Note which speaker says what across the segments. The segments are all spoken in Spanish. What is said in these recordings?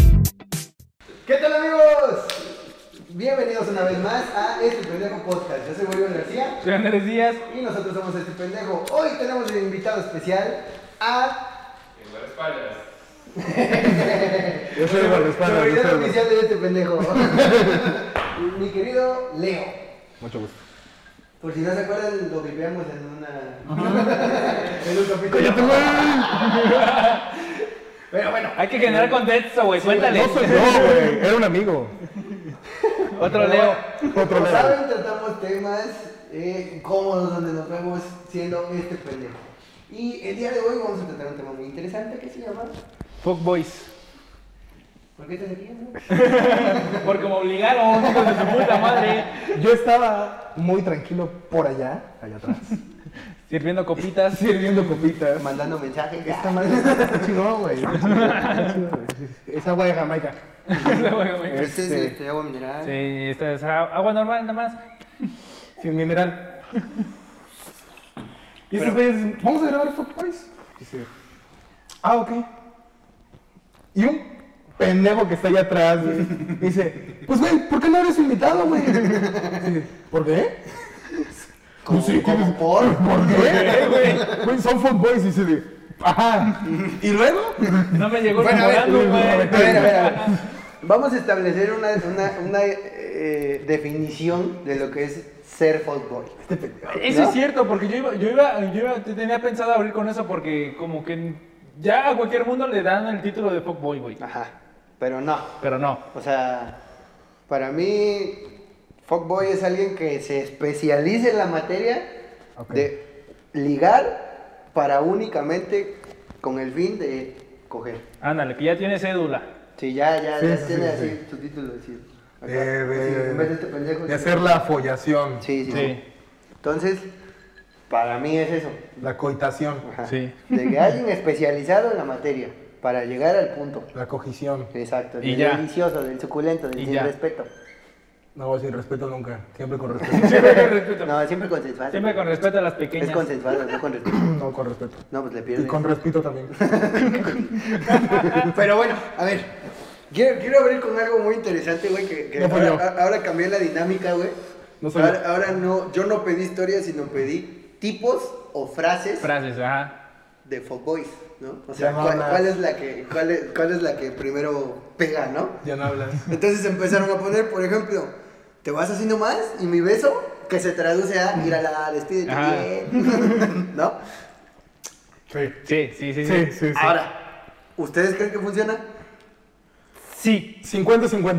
Speaker 1: ¿Qué tal amigos? Bienvenidos una vez más a este pendejo podcast. Yo soy Bolívar García
Speaker 2: Soy Andrés Díaz.
Speaker 1: y nosotros somos este pendejo. Hoy tenemos de invitado especial a
Speaker 3: En las espaldas.
Speaker 4: Yo soy guardaespaldas, yo
Speaker 1: autoridad
Speaker 4: soy
Speaker 1: oficial de este pendejo. Mi querido Leo.
Speaker 4: Mucho gusto.
Speaker 1: Por si no se acuerdan, lo vivíamos en una. en un capítulo. Pero bueno,
Speaker 2: Hay que generar contexto, güey. Cuéntale.
Speaker 4: No soy yo, güey. Era un amigo.
Speaker 2: Otro Leo.
Speaker 4: Otro
Speaker 1: Como
Speaker 4: Leo.
Speaker 1: saben, tratamos temas eh, cómodos donde nos vemos siendo este pendejo. Y el día de hoy vamos a tratar un tema muy interesante que se llama.
Speaker 2: Fuckboys.
Speaker 1: ¿Por qué estás aquí? no?
Speaker 2: Porque me obligaron, hijos de su puta madre.
Speaker 4: Yo estaba muy tranquilo por allá, allá atrás,
Speaker 2: Sirviendo copitas.
Speaker 4: sirviendo copitas.
Speaker 1: Mandando mensajes. Ah,
Speaker 4: Esta madre está está chido, güey. Está chido, güey. Es agua de Jamaica.
Speaker 1: Este es
Speaker 4: Este-
Speaker 1: este agua mineral.
Speaker 2: Sí, esta es a- agua normal nada más.
Speaker 4: Sin mineral. Y esos güeyes dicen, vamos a grabar Fuck Boys. Dice, ah, ok. Y un pendejo que está allá atrás, güey, dice, pues güey, ¿por qué no eres invitado, güey? Dice, ¿Por qué?
Speaker 1: Como, como por.
Speaker 4: ¿Por qué, güey? Güey, son Fuck Boys. Y dice, de, ajá. ¿Y luego?
Speaker 2: No me llegó
Speaker 1: Bueno, a ver,
Speaker 2: el
Speaker 1: a
Speaker 2: güey.
Speaker 1: ver, a ver, a ver. Vamos a establecer una, una, una eh, definición de lo que es ser fuckboy.
Speaker 2: Eso
Speaker 1: ¿No?
Speaker 2: es cierto, porque yo iba, yo iba, yo iba- te- tenía pensado abrir con eso porque como que ya a cualquier mundo le dan el título de fuckboy, güey.
Speaker 1: Ajá. Pero no.
Speaker 2: Pero no.
Speaker 1: O sea, para mí, fuckboy es alguien que se especialice en la materia
Speaker 4: Ok.
Speaker 1: de ligar para únicamente con el fin de coger.
Speaker 2: Ándale, que ya tiene cédula.
Speaker 1: Sí, ya, ya,
Speaker 4: Sí,
Speaker 1: ya
Speaker 4: sí,
Speaker 1: tiene
Speaker 4: sí,
Speaker 1: así
Speaker 4: sí.
Speaker 1: tu título. Así, acá.
Speaker 4: De- Eh, de-
Speaker 1: Así, en vez de este pendejo.
Speaker 4: De
Speaker 1: sí.
Speaker 4: hacer la follación,
Speaker 1: Sí, sí,
Speaker 2: Sí.
Speaker 1: sí. Entonces, para mí es eso.
Speaker 4: la coitación,
Speaker 1: Ajá.
Speaker 2: Sí.
Speaker 1: De que alguien especializado en la materia para llegar al punto.
Speaker 4: la cogición.
Speaker 1: Exacto,
Speaker 2: Y
Speaker 1: del
Speaker 2: ya.
Speaker 1: delicioso, del suculento, del
Speaker 2: Y
Speaker 1: sin
Speaker 2: ya.
Speaker 1: respeto.
Speaker 4: No, sin respeto nunca, siempre con respeto.
Speaker 2: Siempre con respeto.
Speaker 1: No, siempre consensuado.
Speaker 2: Siempre con respeto a las pequeñas.
Speaker 1: Es consensuado, no con respeto.
Speaker 4: No, con respeto.
Speaker 1: No, pues le pierdo.
Speaker 4: Y con respeto también.
Speaker 1: Pero bueno, a ver. Quiero, quiero abrir con algo muy interesante, güey, que, que
Speaker 4: No fui
Speaker 1: ahora,
Speaker 4: yo.
Speaker 1: a- ahora cambié la dinámica, güey.
Speaker 4: No soy
Speaker 1: ahora,
Speaker 4: yo.
Speaker 1: ahora no, yo no pedí historias, sino pedí tipos o frases
Speaker 2: Frases, ajá.
Speaker 1: de fuckboys, ¿no? O sea,
Speaker 4: Ya no
Speaker 1: cuál,
Speaker 4: hablas.
Speaker 1: cuál es la que, cuál, es, cuál es la que primero pega, ¿no?
Speaker 4: Ya no hablas.
Speaker 1: Entonces empezaron a poner, por ejemplo, te vas así nomás y mi beso, que se traduce a ir a la despídete
Speaker 2: Ajá.
Speaker 1: bien, ¿no?
Speaker 4: Sí.
Speaker 2: Sí, sí, sí.
Speaker 4: Sí,
Speaker 2: Sí.
Speaker 4: sí, sí.
Speaker 1: Ahora, ¿ustedes creen que funciona?
Speaker 2: sí.
Speaker 4: 50-50.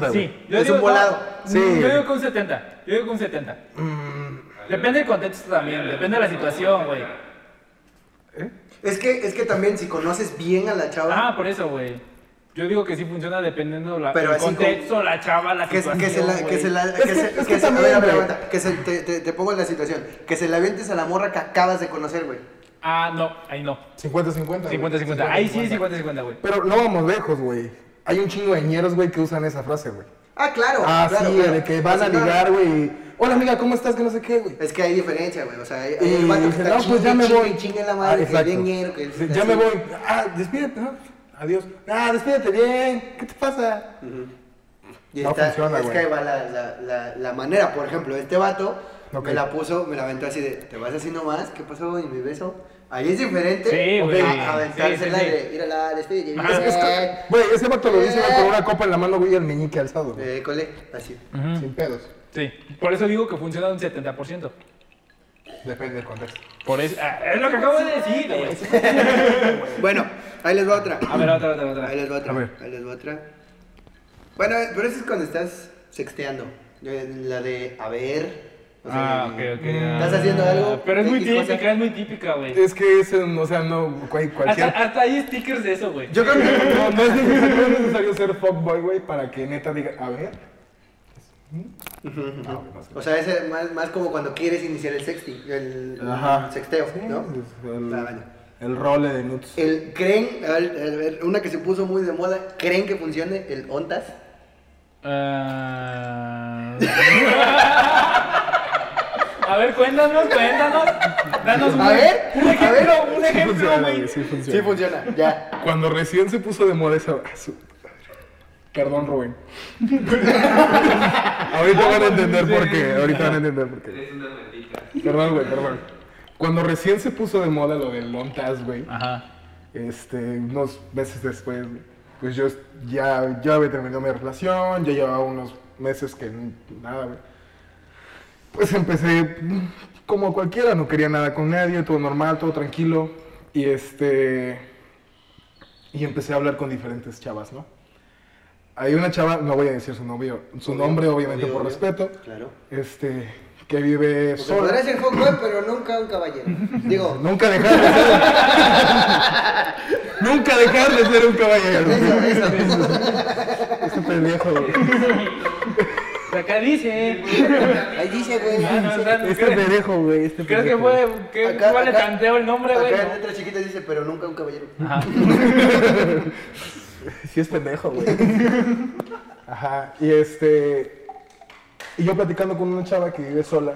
Speaker 4: güey.
Speaker 2: Sí.
Speaker 1: Es un
Speaker 2: no,
Speaker 1: volado.
Speaker 4: Sí.
Speaker 2: Yo digo que un 70. Yo digo que un 70.
Speaker 1: Mm.
Speaker 2: Depende del contexto también. Depende de la situación, güey.
Speaker 1: Es que, es que también si conoces bien a la chava,
Speaker 2: Ah, por eso, güey. Yo digo que sí funciona dependiendo la,
Speaker 1: Pero
Speaker 2: el
Speaker 1: así como-
Speaker 2: contexto, la chava, la
Speaker 1: que, se-
Speaker 2: situación.
Speaker 1: que se la, que
Speaker 2: güey.
Speaker 1: se la,
Speaker 4: Es
Speaker 1: que
Speaker 4: que-
Speaker 1: se,
Speaker 4: es que
Speaker 1: que se- a
Speaker 4: también,
Speaker 1: ver, a ver,
Speaker 4: güey.
Speaker 1: aguanta, que se, te, te, te pongo en la situación, que se la avientes a la morra que acabas de conocer, güey.
Speaker 2: Ah, no. Ahí no.
Speaker 4: 50-50. güey.
Speaker 2: 50-50. Ahí sí, 50-50, güey.
Speaker 4: Pero no vamos lejos, güey. Hay un chingo de ñeros, güey, que usan esa frase, güey.
Speaker 1: Ah, claro.
Speaker 4: Ah,
Speaker 1: claro,
Speaker 4: sí,
Speaker 1: claro.
Speaker 4: de que van
Speaker 1: O sea,
Speaker 4: a
Speaker 1: no,
Speaker 4: ligar, güey. y, Hola, amiga, ¿cómo estás? Que no sé qué, güey.
Speaker 1: Es que hay diferencia, güey. O sea, hay,
Speaker 4: Y
Speaker 1: hay el vato que
Speaker 4: dice,
Speaker 1: está
Speaker 4: no, pues ya
Speaker 1: chingue,
Speaker 4: me
Speaker 1: chingue,
Speaker 4: voy.
Speaker 1: chingue la
Speaker 4: Ah,
Speaker 1: madre, que
Speaker 4: exacto.
Speaker 1: bien ñero, que
Speaker 4: Sí, ya me voy. Ah, despídete, ¿no? Adiós. Ah, despídete bien. ¿Qué te pasa?
Speaker 1: Y
Speaker 4: No
Speaker 1: está,
Speaker 4: funciona,
Speaker 1: es
Speaker 4: güey.
Speaker 1: que ahí va la, la, la, la manera. Por ejemplo, este vato
Speaker 4: Ok.
Speaker 1: me la puso, me la aventó así de, te vas así nomás, ¿qué pasó? Y mi beso. Ahí es diferente
Speaker 2: Sí,
Speaker 1: a-
Speaker 2: güey.
Speaker 1: a aventársela
Speaker 2: Sí, sí, sí.
Speaker 1: de ir a la eh, despedida.
Speaker 2: Ajá.
Speaker 4: Es que- Güey, ese vato lo dice güey, con una copa en la mano, güey, y el meñique alzado. güey.
Speaker 1: Eh, cole, así.
Speaker 2: Ujú.
Speaker 4: Sin pedos.
Speaker 2: Sí. Por eso digo que funciona un 70%.
Speaker 4: Depende del contexto.
Speaker 2: Por eso. ah, es lo que acabo de decir, güey.
Speaker 1: Bueno, ahí les va otra.
Speaker 2: A ver, otra, otra, otra.
Speaker 1: Ahí les va otra.
Speaker 4: A ver.
Speaker 1: Ahí les va otra. Bueno, eh, pero eso es cuando estás sexteando. Eh, La de, a ver. o sea,
Speaker 2: Ah, ok, ok.
Speaker 1: ¿Estás
Speaker 2: ah.
Speaker 1: haciendo algo?
Speaker 2: Pero es muy
Speaker 1: X cosa.
Speaker 2: típica, es muy típica, güey.
Speaker 4: Es que ese, o sea, no, güey,
Speaker 2: Hasta,
Speaker 4: cualquier.
Speaker 2: hasta hay stickers de eso, güey.
Speaker 4: Yo creo que no, no es necesario, no es necesario ser fuckboy, güey, para que neta diga, a ver. No, güey, no sé.
Speaker 1: O sea, es más, más como cuando quieres iniciar el sexting, el,
Speaker 4: Ajá.
Speaker 1: sexteo,
Speaker 4: Sí,
Speaker 1: ¿no?
Speaker 4: es el,
Speaker 1: Ah, bueno.
Speaker 4: el role de nuts.
Speaker 1: El creen, a ver, a ver, una que se puso muy de moda, ¿creen que funcione el ondas?
Speaker 2: Ah. a ver, cuéntanos, cuéntanos. Danos un,
Speaker 1: A ver,
Speaker 2: un
Speaker 1: a ver.
Speaker 2: ejemplo, un ejemplo,
Speaker 4: funciona,
Speaker 2: güey.
Speaker 4: güey, sí funciona.
Speaker 1: Sí funciona, ya.
Speaker 4: Cuando recién se puso de moda esa. ah, su- Perdón, Rubén. ahorita van a entender por qué. Ahorita van a entender por qué.
Speaker 3: Eres una maldita.
Speaker 4: Perdón, güey, perdón. Cuando recién se puso de moda lo del long task, güey,
Speaker 2: Ajá.
Speaker 4: este, unos meses después, güey, pues yo ya, ya había terminado mi relación, ya llevaba unos meses que n- nada, güey. Pues empecé mm, como cualquiera, no quería nada con nadie, todo normal, todo tranquilo. Y este. Y empecé a hablar con diferentes chavas, ¿no? Hay una chava, no voy a decir su, novio, su
Speaker 1: Obvio,
Speaker 4: nombre, obviamente,
Speaker 1: obvio,
Speaker 4: por
Speaker 1: obvio.
Speaker 4: respeto.
Speaker 1: Claro.
Speaker 4: Este, que vive
Speaker 1: Porque
Speaker 4: sola.
Speaker 1: podrá ser fuckboy, pero nunca un caballero. Digo,
Speaker 4: Nunca dejar de ser. Nunca dejar de ser un caballero.
Speaker 1: eso, eso.
Speaker 4: Este pendejo.
Speaker 2: Acá dice.
Speaker 1: Ahí dice, güey.
Speaker 2: Ah, no, o sea,
Speaker 4: Este
Speaker 2: creo-
Speaker 4: pendejo, güey. Este
Speaker 2: Creo que
Speaker 4: pendejo.
Speaker 2: fue. Que
Speaker 1: Acá-
Speaker 2: igual le
Speaker 1: acá-
Speaker 2: tanteo el nombre, güey.
Speaker 1: Acá en letra chiquita dice, pero nunca un caballero.
Speaker 2: Ajá.
Speaker 4: Sí es pendejo, güey. Ajá. Y este. Y yo platicando con una chava que vive sola.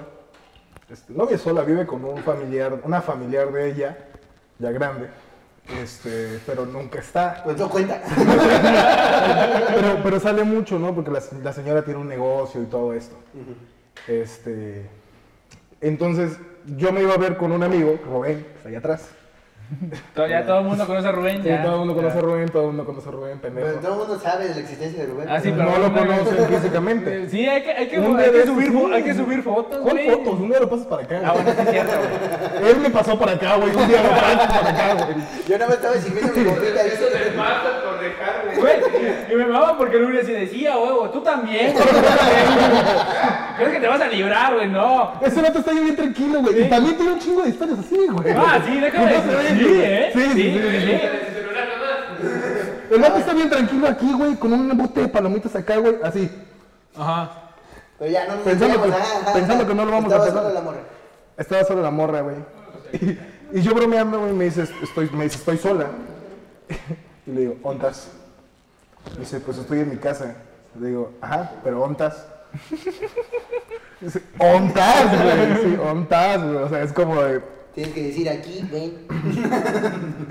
Speaker 4: este, no vive sola, vive con un familiar, una familiar de ella, ya grande. Este, pero nunca está.
Speaker 1: Pues no cuenta.
Speaker 4: Pero, pero sale mucho, ¿no? Porque la, la señora tiene un negocio y todo esto. Este. Entonces, yo me iba a ver con un amigo, Rubén, que está allá atrás.
Speaker 2: To- Ya todo el mundo conoce a Rubén.
Speaker 4: Sí,
Speaker 2: ya.
Speaker 4: todo el mundo conoce a
Speaker 2: Ya.
Speaker 4: Rubén, todo el mundo conoce a Rubén, pendejo.
Speaker 1: Pero Pues todo el mundo sabe de la existencia de Rubén.
Speaker 2: Ah, sí, pero-
Speaker 4: no lo conocen
Speaker 2: Eh,
Speaker 4: físicamente.
Speaker 2: Sí, hay que, hay que,
Speaker 4: Un
Speaker 2: hay que
Speaker 4: bebé,
Speaker 2: subir,
Speaker 4: sí.
Speaker 2: fo- hay que subir fotos,
Speaker 4: ¿Cuál
Speaker 2: güey.
Speaker 4: fotos? Un día lo pasas para acá.
Speaker 2: Ah, bueno, sí es cierto, güey.
Speaker 4: güey. Él me pasó para acá, güey. Un día lo pasas para acá, güey.
Speaker 1: Yo nada más estaba sirviendo mi copita y
Speaker 3: Eso
Speaker 1: eso.
Speaker 3: les mata por dejarme.
Speaker 2: Güey, y me mama porque Lunes se decía, huevo, tú también. ¿Crees que te vas a librar, güey? No.
Speaker 4: Ese vato está ahí bien tranquilo, güey. Y también tiene un chingo de historias así, güey.
Speaker 2: Ah, sí, déjame
Speaker 4: No se oye,
Speaker 2: decir. Sí,
Speaker 4: güey.
Speaker 2: ¿eh?
Speaker 4: Sí, sí,
Speaker 2: sí,
Speaker 4: sí, sí.
Speaker 2: sí.
Speaker 3: Desde su celular nomás.
Speaker 4: El vato está bien tranquilo aquí, güey, con un bote de palomitas acá, güey. Así.
Speaker 2: Ajá.
Speaker 1: Pero ya no nos
Speaker 4: Pensando
Speaker 1: enteramos,
Speaker 4: que-
Speaker 1: ajá, ajá,
Speaker 4: pensando
Speaker 1: ajá.
Speaker 4: que no lo vamos a
Speaker 1: Estaba
Speaker 4: pensar.
Speaker 1: solo la morra.
Speaker 4: Estaba sola la morra, güey. Y, y yo bromeando, güey, me dice, estoy, me dice, estoy sola. Y le digo, ¿ontas? Dice, pues estoy en mi casa. Le digo, ajá, pero ¿ontas? Dice, ¿ontas, güey? Sí, ¿ontas, güey? O sea, es como de,
Speaker 1: Tienes que decir aquí, ven.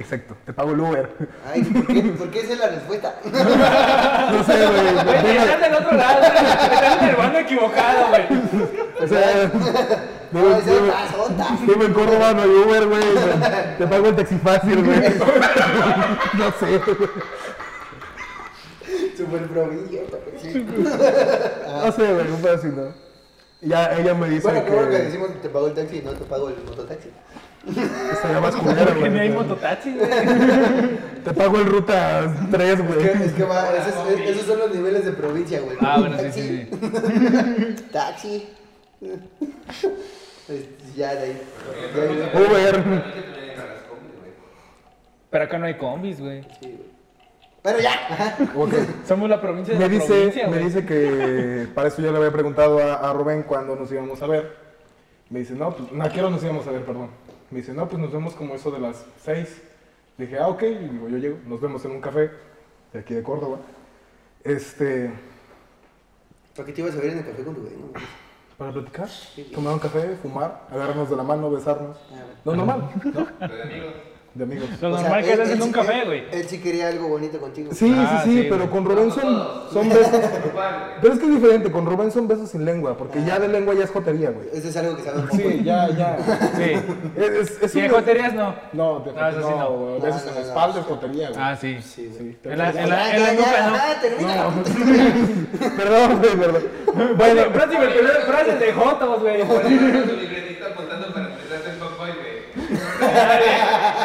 Speaker 4: exacto, te pago el Uber.
Speaker 1: Ay, ¿por qué, por qué esa es la respuesta?
Speaker 4: No sé,
Speaker 2: Güey,
Speaker 4: güey.
Speaker 2: estás del otro lado, güey. estás en el bando equivocado, güey.
Speaker 4: O sea,
Speaker 1: No,
Speaker 4: vivo-
Speaker 1: esa es
Speaker 4: vivo-
Speaker 1: la sota.
Speaker 4: vivo en Córdoba, no hay Uber, güey. o sea, Te pago el taxi fácil, güey. No sé, güey.
Speaker 1: Super provincia. pues, sí.
Speaker 4: No sé, güey, un pedo así, ¿no? Y Ya ella me dice
Speaker 1: Bueno, qué bueno que
Speaker 4: que
Speaker 1: decimos te pago el taxi y no te pago el mototaxi.
Speaker 4: estaría más culera,
Speaker 2: Que ni hay
Speaker 4: güey.
Speaker 2: mototaxi, güey.
Speaker 4: Te pago el ruta 3,
Speaker 1: Es que,
Speaker 4: güey.
Speaker 1: es que va, esos, es- esos son los niveles de provincia, güey.
Speaker 2: Ah, bueno, sí,
Speaker 1: Taxi,
Speaker 2: sí, sí.
Speaker 1: Taxi. Pues, ya de ahí. Ya de ahí.
Speaker 4: Uber.
Speaker 3: Realmente no llegan a las combis, güey.
Speaker 2: Pero acá no hay combis, güey.
Speaker 1: Pero ya. ajá.
Speaker 4: Ok.
Speaker 2: Somos la provincia de
Speaker 4: Me
Speaker 2: la
Speaker 4: dice,
Speaker 2: provincia,
Speaker 4: me
Speaker 2: güey.
Speaker 4: dice que para eso ya le había preguntado a, a Rubén cuándo nos íbamos a ver. Me dice, no, pues, no, ¿a qué hora nos íbamos a ver, perdón? Me dice, no, pues nos vemos como eso de las 6. Le dije, ah, ok, y digo, yo llego, nos vemos en un café de aquí de Córdoba. Este,
Speaker 1: ¿Para qué te ibas a ver en el café con tu güey? No, mames.
Speaker 4: para platicar, tomar un café, fumar, agarrarnos de la mano, besarnos.
Speaker 1: Ah, bueno.
Speaker 4: Lo normal, ¿no?
Speaker 3: Lo de amigos.
Speaker 4: De amigos.
Speaker 2: Lo
Speaker 1: O sea,
Speaker 2: normal que
Speaker 1: él- él
Speaker 2: haces en un
Speaker 1: sí-
Speaker 2: café,
Speaker 1: él-
Speaker 2: güey.
Speaker 1: Él sí quería algo bonito contigo.
Speaker 4: Sí,
Speaker 2: Ah,
Speaker 4: sí, sí,
Speaker 2: sí,
Speaker 4: pero
Speaker 2: güey.
Speaker 4: con Rubén son,
Speaker 3: Todos.
Speaker 4: son besos.
Speaker 3: Igual,
Speaker 4: Pero es que es diferente, con Rubén son besos sin lengua, porque ya de lengua ya es jotería, güey.
Speaker 1: Eso es algo que sabemos.
Speaker 4: Sí, ya, ya.
Speaker 2: Sí.
Speaker 4: Es, es, es
Speaker 2: Si hay
Speaker 4: un-
Speaker 2: joterías, no.
Speaker 4: No, de
Speaker 2: No, eso sí no.
Speaker 4: güey,
Speaker 1: No,
Speaker 4: besos
Speaker 1: no, no,
Speaker 4: en la
Speaker 1: no.
Speaker 4: espalda es jotería, güey.
Speaker 2: Ah, sí.
Speaker 1: Sí, güey.
Speaker 4: Sí,
Speaker 2: En la,
Speaker 1: Ya,
Speaker 2: en la, en
Speaker 1: ya,
Speaker 2: la
Speaker 1: ya,
Speaker 2: nuca, ¿no?
Speaker 1: ajá, termina.
Speaker 4: Perdón, güey, perdón.
Speaker 2: Bueno, próxima frase de Jotos, güey.
Speaker 3: güey. Con su libretita apuntando para empezar a ser fuckboy, güey.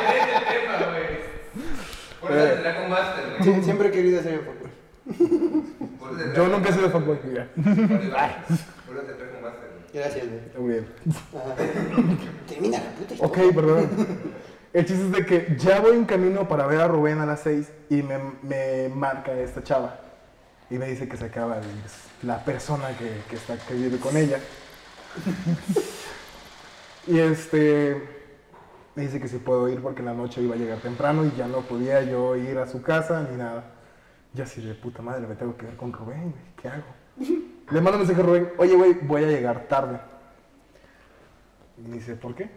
Speaker 3: Eres el tema, güey. Por eso tendrá con Master, güey.
Speaker 1: Sí, Siempre he querido hacer el fútbol.
Speaker 3: Por eso tendrá
Speaker 4: Yo nunca he sido fanboy. ya.
Speaker 3: Por eso tendrá con Master, güey.
Speaker 1: Gracias, güey.
Speaker 4: Muy bien.
Speaker 1: Ajá. Termina la puta
Speaker 4: Ok,
Speaker 1: historia.
Speaker 4: perdón. El chiste es de que ya voy en camino para ver a Rubén a las 6 y me, me marca esta chava. Y me dice que se acaba de ir la persona que, que está, que vive con ella. y este. Me dice que si puedo ir porque en la noche iba a llegar temprano y ya no podía yo ir a su casa ni nada. Ya así de puta madre, me tengo que ver con Rubén, güey, ¿qué hago? Le mando un mensaje a Rubén, oye, güey, voy a llegar tarde. Y dice, ¿por qué?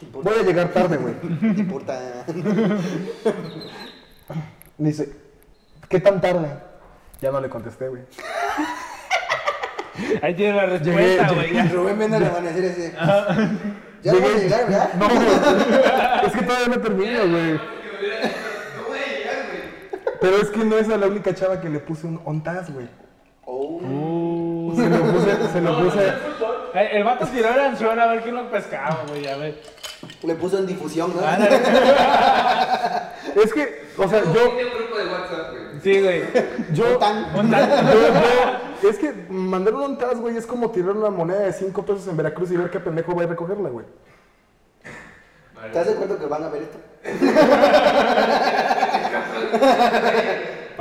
Speaker 1: Te importa.
Speaker 4: Voy a llegar tarde, güey.
Speaker 1: Te importa.
Speaker 4: Dice, ¿qué tan tarde? Ya no le contesté, güey.
Speaker 2: Ahí tiene la respuesta,
Speaker 4: Llegué,
Speaker 2: güey.
Speaker 1: Y Rubén Méndez le van a decir ese. Ya voy a
Speaker 4: Llegué-
Speaker 1: llegar, ¿verdad?
Speaker 4: No, güey. Es que todavía no termino, güey.
Speaker 3: Porque me hubiera dicho, no voy a llegar, güey.
Speaker 4: Pero es que no es a la única chava que le puse un ontas, güey.
Speaker 1: Oh.
Speaker 2: Uh.
Speaker 4: Se lo puse, se lo
Speaker 3: No, no
Speaker 4: puse.
Speaker 3: es fútbol.
Speaker 2: Eh, El vato tiró el anzuelo a ver quién lo pescaba, güey, a ver.
Speaker 1: Le puso en difusión, ¿no?
Speaker 4: Es que, o sea,
Speaker 3: Luego
Speaker 4: yo,
Speaker 3: tiene un grupo de WhatsApp, güey.
Speaker 2: Sí, güey.
Speaker 4: yo,
Speaker 1: Tan-
Speaker 2: Un dato.
Speaker 4: yo- yo- es que mandar un ontas, güey, es como tirar una moneda de 5 pesos en Veracruz y ver qué pendejo va a ir a recogerla, güey.
Speaker 3: Vale.
Speaker 1: ¿Estás de acuerdo que van a ver esto?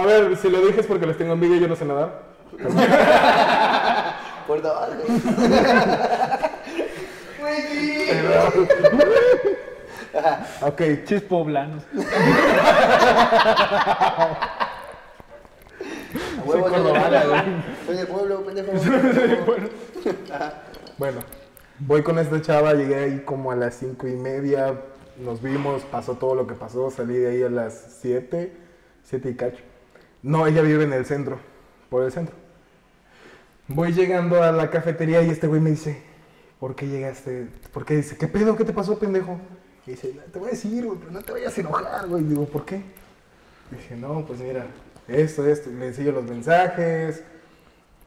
Speaker 4: A ver, si lo dije es porque les tengo envidia y yo no sé nadar.
Speaker 1: Por dos, ah, güey. Güey, sí.
Speaker 4: Ok,
Speaker 2: Chis poblanos.
Speaker 1: A huevo,
Speaker 4: Soy
Speaker 1: soy de
Speaker 4: corrobada,
Speaker 1: pueblo, Soy de pueblo, pendejo. Soy de pueblo.
Speaker 4: bueno, voy con esta chava, llegué ahí como a las 5 y media, nos vimos, pasó todo lo que pasó, salí de ahí a las 7, 7 y cacho. No, ella vive en el centro, por el centro. Voy llegando a la cafetería y este güey me dice, ¿por qué llegaste? ¿Por qué dice, qué pedo, qué te pasó, pendejo? Y dice, "No, te voy a decir, güey, pero no te vayas a enojar, güey. Digo, ¿por qué? Dije, no, pues mira, esto, esto. Y le enseño los mensajes.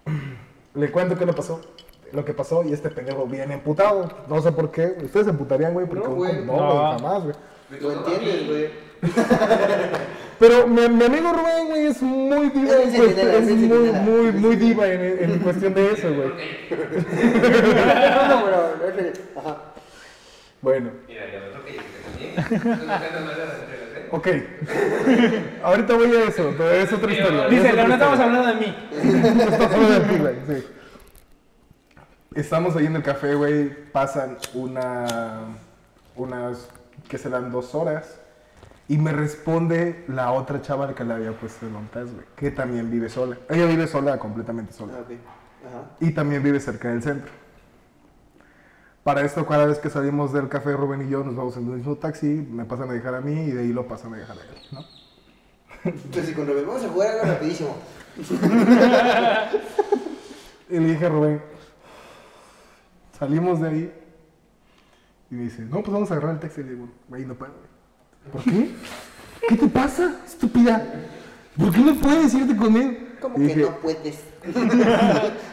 Speaker 4: Le cuento qué le pasó. Lo que pasó y este pendejo viene emputado. No sé por qué. Ustedes se emputarían, güey, porque
Speaker 1: No,
Speaker 4: un-
Speaker 1: güey.
Speaker 4: no, güey,
Speaker 2: No.
Speaker 4: jamás, güey.
Speaker 3: Me
Speaker 1: ¿Lo
Speaker 3: tocó a mí.
Speaker 1: entiendes, güey?
Speaker 4: Pero mi, mi amigo Rubén, güey, es muy diva,
Speaker 1: Es el
Speaker 4: en cuestión-
Speaker 1: dinero,
Speaker 4: es
Speaker 1: es el
Speaker 4: muy,
Speaker 1: dinero.
Speaker 4: muy, muy diva en, en cuestión de eso, güey.
Speaker 1: No, no, bro. no sé. Ajá.
Speaker 4: Bueno,
Speaker 3: Mira, ya me toca y te también. No te cantan mal las entregas, ¿eh?
Speaker 4: ok. Ahorita voy a eso, pero es otra historia.
Speaker 2: Dice,
Speaker 4: es otra
Speaker 2: León, no estamos
Speaker 4: historia.
Speaker 2: hablando de mí.
Speaker 4: Está fuera de ti, güey, sí. Estamos ahí en el café, güey. Pasan una. unas. que serán dos horas. Y me responde la otra chava que le había puesto el montaje, güey. Que también vive sola. Ella vive sola, completamente sola.
Speaker 1: Ah, ok. Ajá.
Speaker 4: Y también vive cerca del centro. Para esto, cada vez que salimos del café, Rubén y yo nos vamos en el mismo taxi, me pasan a dejar a mí y de ahí lo pasan a dejar a él, ¿no?
Speaker 1: Entonces, si con Rubén vamos a jugar algo rapidísimo.
Speaker 4: Y le dije a Rubén, salimos de ahí. Y me dice, no, pues vamos a agarrar el taxi. Y le digo, güey, no puedo. güey". ¿Por qué? ¿Qué te pasa, estúpida? ¿Por qué no puedes irte con él?
Speaker 1: ¿Cómo
Speaker 4: Y
Speaker 1: que
Speaker 4: dije,
Speaker 1: no puedes?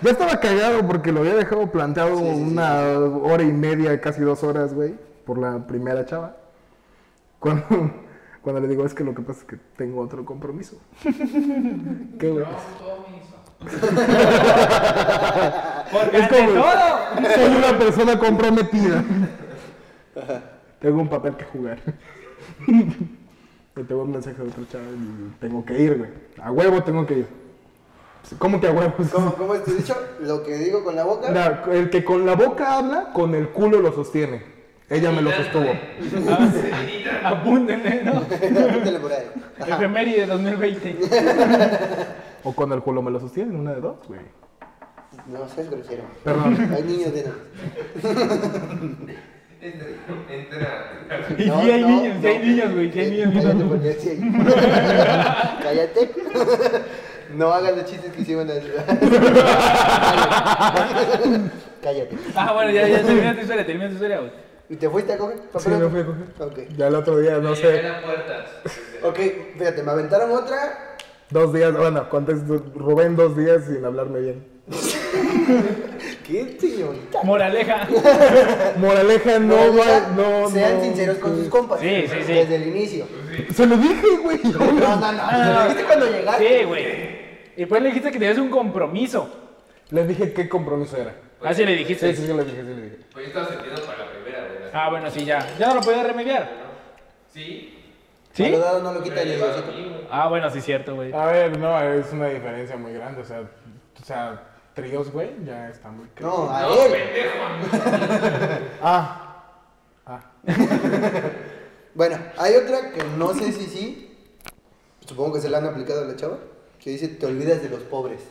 Speaker 4: Ya estaba cagado porque lo había dejado planteado
Speaker 1: Sí, sí, sí,
Speaker 4: una hora y media, casi dos horas, güey, por la primera chava. Cuando, cuando le digo, es que lo que pasa es que tengo otro compromiso. ¿Qué, güey?
Speaker 2: Porque
Speaker 4: Es
Speaker 2: ante
Speaker 4: como-
Speaker 2: todo.
Speaker 4: Soy una persona comprometida. Tengo un papel que jugar. Le tengo un mensaje de otro chaval y tengo que ir, güey. A huevo tengo que ir. Pues, ¿Cómo que a huevo?
Speaker 1: ¿Cómo, cómo es tu dicho? Lo que digo con la boca.
Speaker 4: La- el que con la boca habla, con el culo lo sostiene. Ella me lo sostuvo.
Speaker 2: Apúntenle, ¿no?
Speaker 1: Apúntale por ahí.
Speaker 2: Efeméride de 2020.
Speaker 4: O con el culo me lo sostiene, una de dos, güey.
Speaker 1: No seas grosero.
Speaker 4: Perdón.
Speaker 1: Hay niños de no.
Speaker 3: Este, Entra- Entra.
Speaker 2: Y
Speaker 1: No,
Speaker 2: sí hay
Speaker 1: no,
Speaker 2: niños, sí hay
Speaker 1: no.
Speaker 2: niños, güey, sí hay niños.
Speaker 1: Cállate, porque sí hay. Cállate. No hagas los chistes que hicieron las. Cállate.
Speaker 2: Ah, bueno, ya, ya, termina tu historia, termina tu historia, güey.
Speaker 1: ¿Y te fuiste a coger?
Speaker 4: Sí, me fui a coger.
Speaker 1: Ok.
Speaker 4: Ya el otro día, no
Speaker 3: Llegué a
Speaker 4: sé,
Speaker 3: la puerta. Pues
Speaker 1: Ok, fíjate, me aventaron otra.
Speaker 4: dos días, bueno, contesto, Rubén dos días sin hablarme bien.
Speaker 1: ¿Qué señorita?
Speaker 2: Moraleja.
Speaker 4: Moraleja, no,
Speaker 1: Moraleja,
Speaker 4: va- no,
Speaker 1: Sean
Speaker 4: no.
Speaker 1: sinceros con sus compas.
Speaker 2: Sí, sí, sí.
Speaker 1: Desde el inicio.
Speaker 4: Se lo dije, güey.
Speaker 1: No, no, no.
Speaker 2: Ah.
Speaker 1: ¿Lo dijiste cuando llegaste?
Speaker 2: Sí, güey. Y pues le dijiste que tenías un compromiso.
Speaker 4: Les dije qué compromiso era.
Speaker 2: Así le
Speaker 4: Sí,
Speaker 2: dijiste.
Speaker 4: sí, sí, les dije, sí, les dije.
Speaker 3: Pues yo estaba sentido para la primera, güey.
Speaker 2: Ah, bueno, sí, ya. Ya no lo podía remediar.
Speaker 3: Sí.
Speaker 2: ¿Sí?
Speaker 1: Lo dado no lo
Speaker 3: me
Speaker 1: quita
Speaker 3: ha
Speaker 1: el
Speaker 3: llevado a
Speaker 1: negocito.
Speaker 3: mí, güey.
Speaker 2: Ah, bueno, sí, cierto, güey.
Speaker 4: A ver, no, es una diferencia muy grande, o sea, o sea, tríos, güey, ya está muy claro.
Speaker 1: No, a
Speaker 3: No,
Speaker 1: él.
Speaker 3: pendejo.
Speaker 4: Ah,
Speaker 1: Bueno, hay otra que no sé si sí. Supongo que se la han aplicado a la chava. Que dice, te olvidas de los pobres.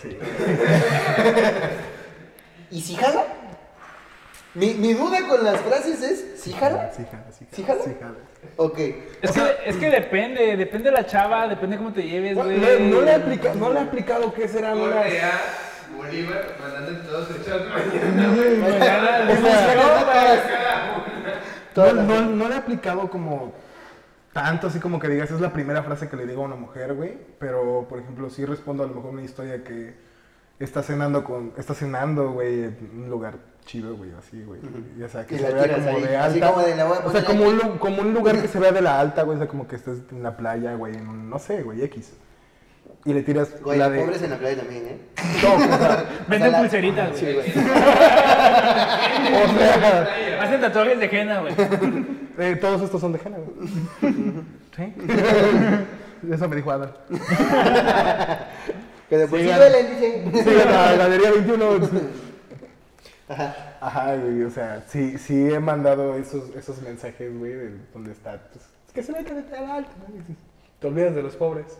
Speaker 4: sí.
Speaker 1: ¿Y si jala? Mi, mi duda con las frases es, ¿sí jala?
Speaker 4: Sí, jala, sí, jala.
Speaker 1: ¿Sí jala?
Speaker 4: Sí, jala.
Speaker 1: Ok.
Speaker 2: Es que, es que depende, depende de la chava, depende cómo te lleves,
Speaker 4: No,
Speaker 2: güey.
Speaker 4: no le, he aplica- no le he aplicado qué será una...
Speaker 3: Corte a Bolívar mandando todos sus shots mañana, güey.
Speaker 2: Mañana,
Speaker 4: O sea,
Speaker 2: no, güey.
Speaker 4: No, no, no le he aplicado como tanto, así como que digas, es la primera frase que le digo a una mujer, güey. Pero, por ejemplo, sí respondo a lo mejor una historia que está cenando con, está cenando, güey, en un lugar chido, güey, así, güey. Ya sea, que
Speaker 1: Y
Speaker 4: se
Speaker 1: la
Speaker 4: vea
Speaker 1: tiras
Speaker 4: como
Speaker 1: ahí,
Speaker 4: de alta.
Speaker 1: así como de, "La voy a
Speaker 4: o sea,
Speaker 1: poner
Speaker 4: como
Speaker 1: aquí".
Speaker 4: un, lu- como un lugar que se vea de la alta, güey, o sea, como que estés en la playa, güey, en un- no sé, güey, X. Y le tiras
Speaker 1: Güey,
Speaker 4: la de...
Speaker 1: pobres en la playa también, ¿eh?
Speaker 4: No, o sea,
Speaker 2: Venden
Speaker 1: O sea, la-
Speaker 2: pulseritas,
Speaker 1: Sí,
Speaker 2: güey.
Speaker 1: güey.
Speaker 4: o sea,
Speaker 2: Hacen tatuajes de henna, güey.
Speaker 4: eh, todos estos son de género. ¿Sí? Eso me dijo Adam.
Speaker 1: Que después sí,
Speaker 4: Sí,
Speaker 1: duelen, dicen.
Speaker 4: Sí, la galería 21.
Speaker 1: Ajá.
Speaker 4: Ajá, güey, o sea, sí, sí he mandado esos, esos mensajes, güey, de donde está. pues, es que se me queda tan alto, ¿no? Y dices, Te olvidas de los pobres.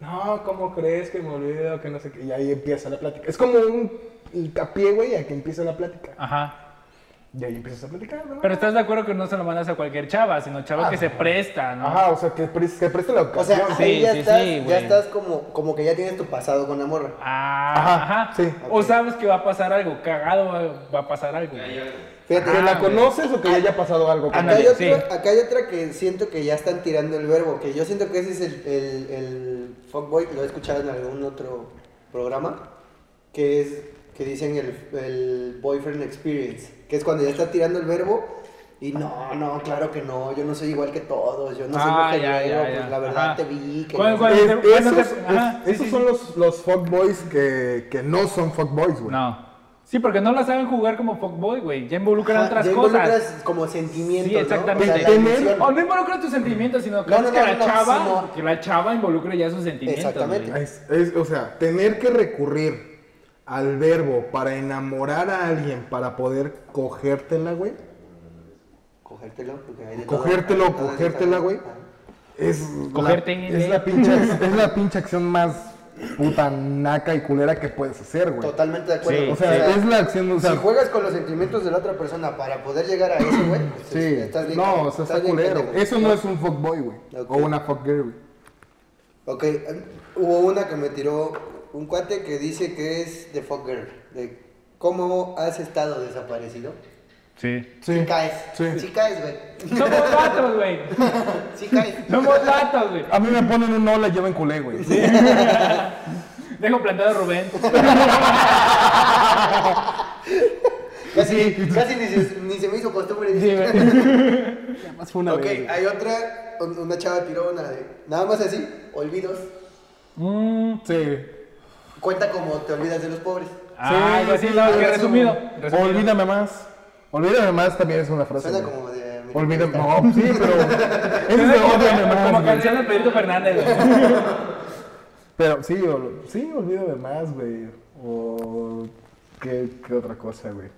Speaker 4: No, ¿cómo crees que me olvido? Que no sé qué. Y ahí empieza la plática. Es como un hincapié, güey, a que empieza la plática.
Speaker 2: Ajá.
Speaker 4: Y ahí empiezas a platicar, ¿no?
Speaker 2: Ah. Pero estás de acuerdo que no se lo mandas a cualquier chava, sino chava
Speaker 4: Ah,
Speaker 2: que se presta, ¿no?
Speaker 4: Ajá, o sea, que, pre- que preste la
Speaker 1: O
Speaker 4: ocasión.
Speaker 1: sea,
Speaker 2: Sí,
Speaker 1: ahí ya
Speaker 2: sí,
Speaker 1: estás,
Speaker 2: sí,
Speaker 1: ya
Speaker 2: güey.
Speaker 1: estás como, como que ya tienes tu pasado con la morra.
Speaker 2: Ah,
Speaker 4: Ajá,
Speaker 2: ajá.
Speaker 4: sí.
Speaker 2: O sabes que va a pasar algo, cagado va- va a pasar algo. güey.
Speaker 1: Fíjate,
Speaker 4: ¿Que la
Speaker 2: Ah, güey.
Speaker 4: conoces o que ya haya pasado algo? con
Speaker 1: acá, hay
Speaker 2: ándale,
Speaker 1: otra,
Speaker 2: sí.
Speaker 1: acá hay otra que siento que ya están tirando el verbo, que yo siento que ese es el, el, el fuckboy, lo he escuchado en algún otro programa, que es que dicen el, el boyfriend experience, que es cuando ya está tirando el verbo y no, no, claro que no, yo no soy igual que todos, yo no soy
Speaker 2: Ah,
Speaker 1: mujer
Speaker 2: ya,
Speaker 1: nueva,
Speaker 2: ya,
Speaker 1: pues
Speaker 2: ya.
Speaker 1: la verdad
Speaker 2: Ajá.
Speaker 1: te vi, que
Speaker 2: ¿Cuál-
Speaker 1: no-
Speaker 2: cuál?
Speaker 4: Es-
Speaker 2: Bueno, te-
Speaker 4: esos
Speaker 2: te- ajá,
Speaker 4: es-
Speaker 2: sí,
Speaker 4: esos
Speaker 2: sí,
Speaker 4: son
Speaker 2: sí.
Speaker 4: los, los fuckboys que, que no son fuckboys, güey.
Speaker 2: No. Sí, porque no la saben jugar como fuckboy, güey. Ya involucran
Speaker 1: Ajá,
Speaker 2: otras
Speaker 1: ya
Speaker 2: cosas.
Speaker 1: involucras como sentimientos,
Speaker 2: Sí, exactamente.
Speaker 1: ¿no? O sea, la
Speaker 4: Tener-
Speaker 1: emoción.
Speaker 2: O no involucra tus sentimientos, sino que,
Speaker 1: No, no,
Speaker 2: haces que
Speaker 1: no,
Speaker 2: la
Speaker 1: no,
Speaker 2: chava,
Speaker 1: sino-
Speaker 2: que la chava involucre ya sus sentimientos.
Speaker 1: Exactamente.
Speaker 2: güey.
Speaker 4: Es- es- o sea, tener que recurrir al verbo para enamorar a alguien para poder cogértela, güey.
Speaker 1: Cogértelo, porque hay de todo, hay
Speaker 4: Cogértelo,
Speaker 1: de todo,
Speaker 4: cogértela, güey. Es
Speaker 2: Cogerte,
Speaker 4: la, es la pinche, ac- es la pinche acción más puta naca y culera que puedes hacer, güey.
Speaker 1: Totalmente de acuerdo.
Speaker 2: Sí,
Speaker 4: O sea, es la acción, o sea,
Speaker 1: si juegas con los sentimientos de la otra persona para poder llegar a eso, güey, pues,
Speaker 4: sí.
Speaker 1: estás bien.
Speaker 4: no, o sea,
Speaker 1: estás
Speaker 4: está
Speaker 1: bien
Speaker 4: culero.
Speaker 1: pendejo.
Speaker 4: Eso no es un fuckboy, güey.
Speaker 1: Ok.
Speaker 4: O una fuckgirl, güey.
Speaker 1: Ok, eh, hubo una que me tiró un cuate que dice que es de fucker, de cómo has estado desaparecido.
Speaker 2: Sí.
Speaker 1: Sí, caes.
Speaker 4: sí.
Speaker 1: Sí, caes, güey.
Speaker 2: Somos vatos, güey.
Speaker 1: Sí caes.
Speaker 2: Somos vatos, güey.
Speaker 4: A mí me ponen un hola y yo me enculé, güey.
Speaker 2: Dejo plantado a Rubén.
Speaker 1: Casi, casi ni, se, ni se me hizo costumbre.
Speaker 2: Sí, güey.
Speaker 4: Más fue una
Speaker 1: ok,
Speaker 4: vez, güey.
Speaker 1: hay otra, un- una chava tiró una de, nada más así, olvidos.
Speaker 2: Mm.
Speaker 4: Sí.
Speaker 1: Cuenta como te olvidas de los pobres.
Speaker 2: Ah, algo así, no, que resumido. resumido.
Speaker 4: Olvídame más. Olvídame más también es una frase.
Speaker 1: Suena
Speaker 4: güey.
Speaker 1: como de... mi-
Speaker 4: Olvídame. No, sí, pero.
Speaker 2: Suena
Speaker 4: Eso es de
Speaker 2: como-
Speaker 4: ódiame más.
Speaker 2: Como
Speaker 4: güey.
Speaker 2: canción de Pedrito Fernández, güey.
Speaker 4: Pero sí, ol- sí, olvídame más, güey. O. ¿Qué, qué otra cosa, güey?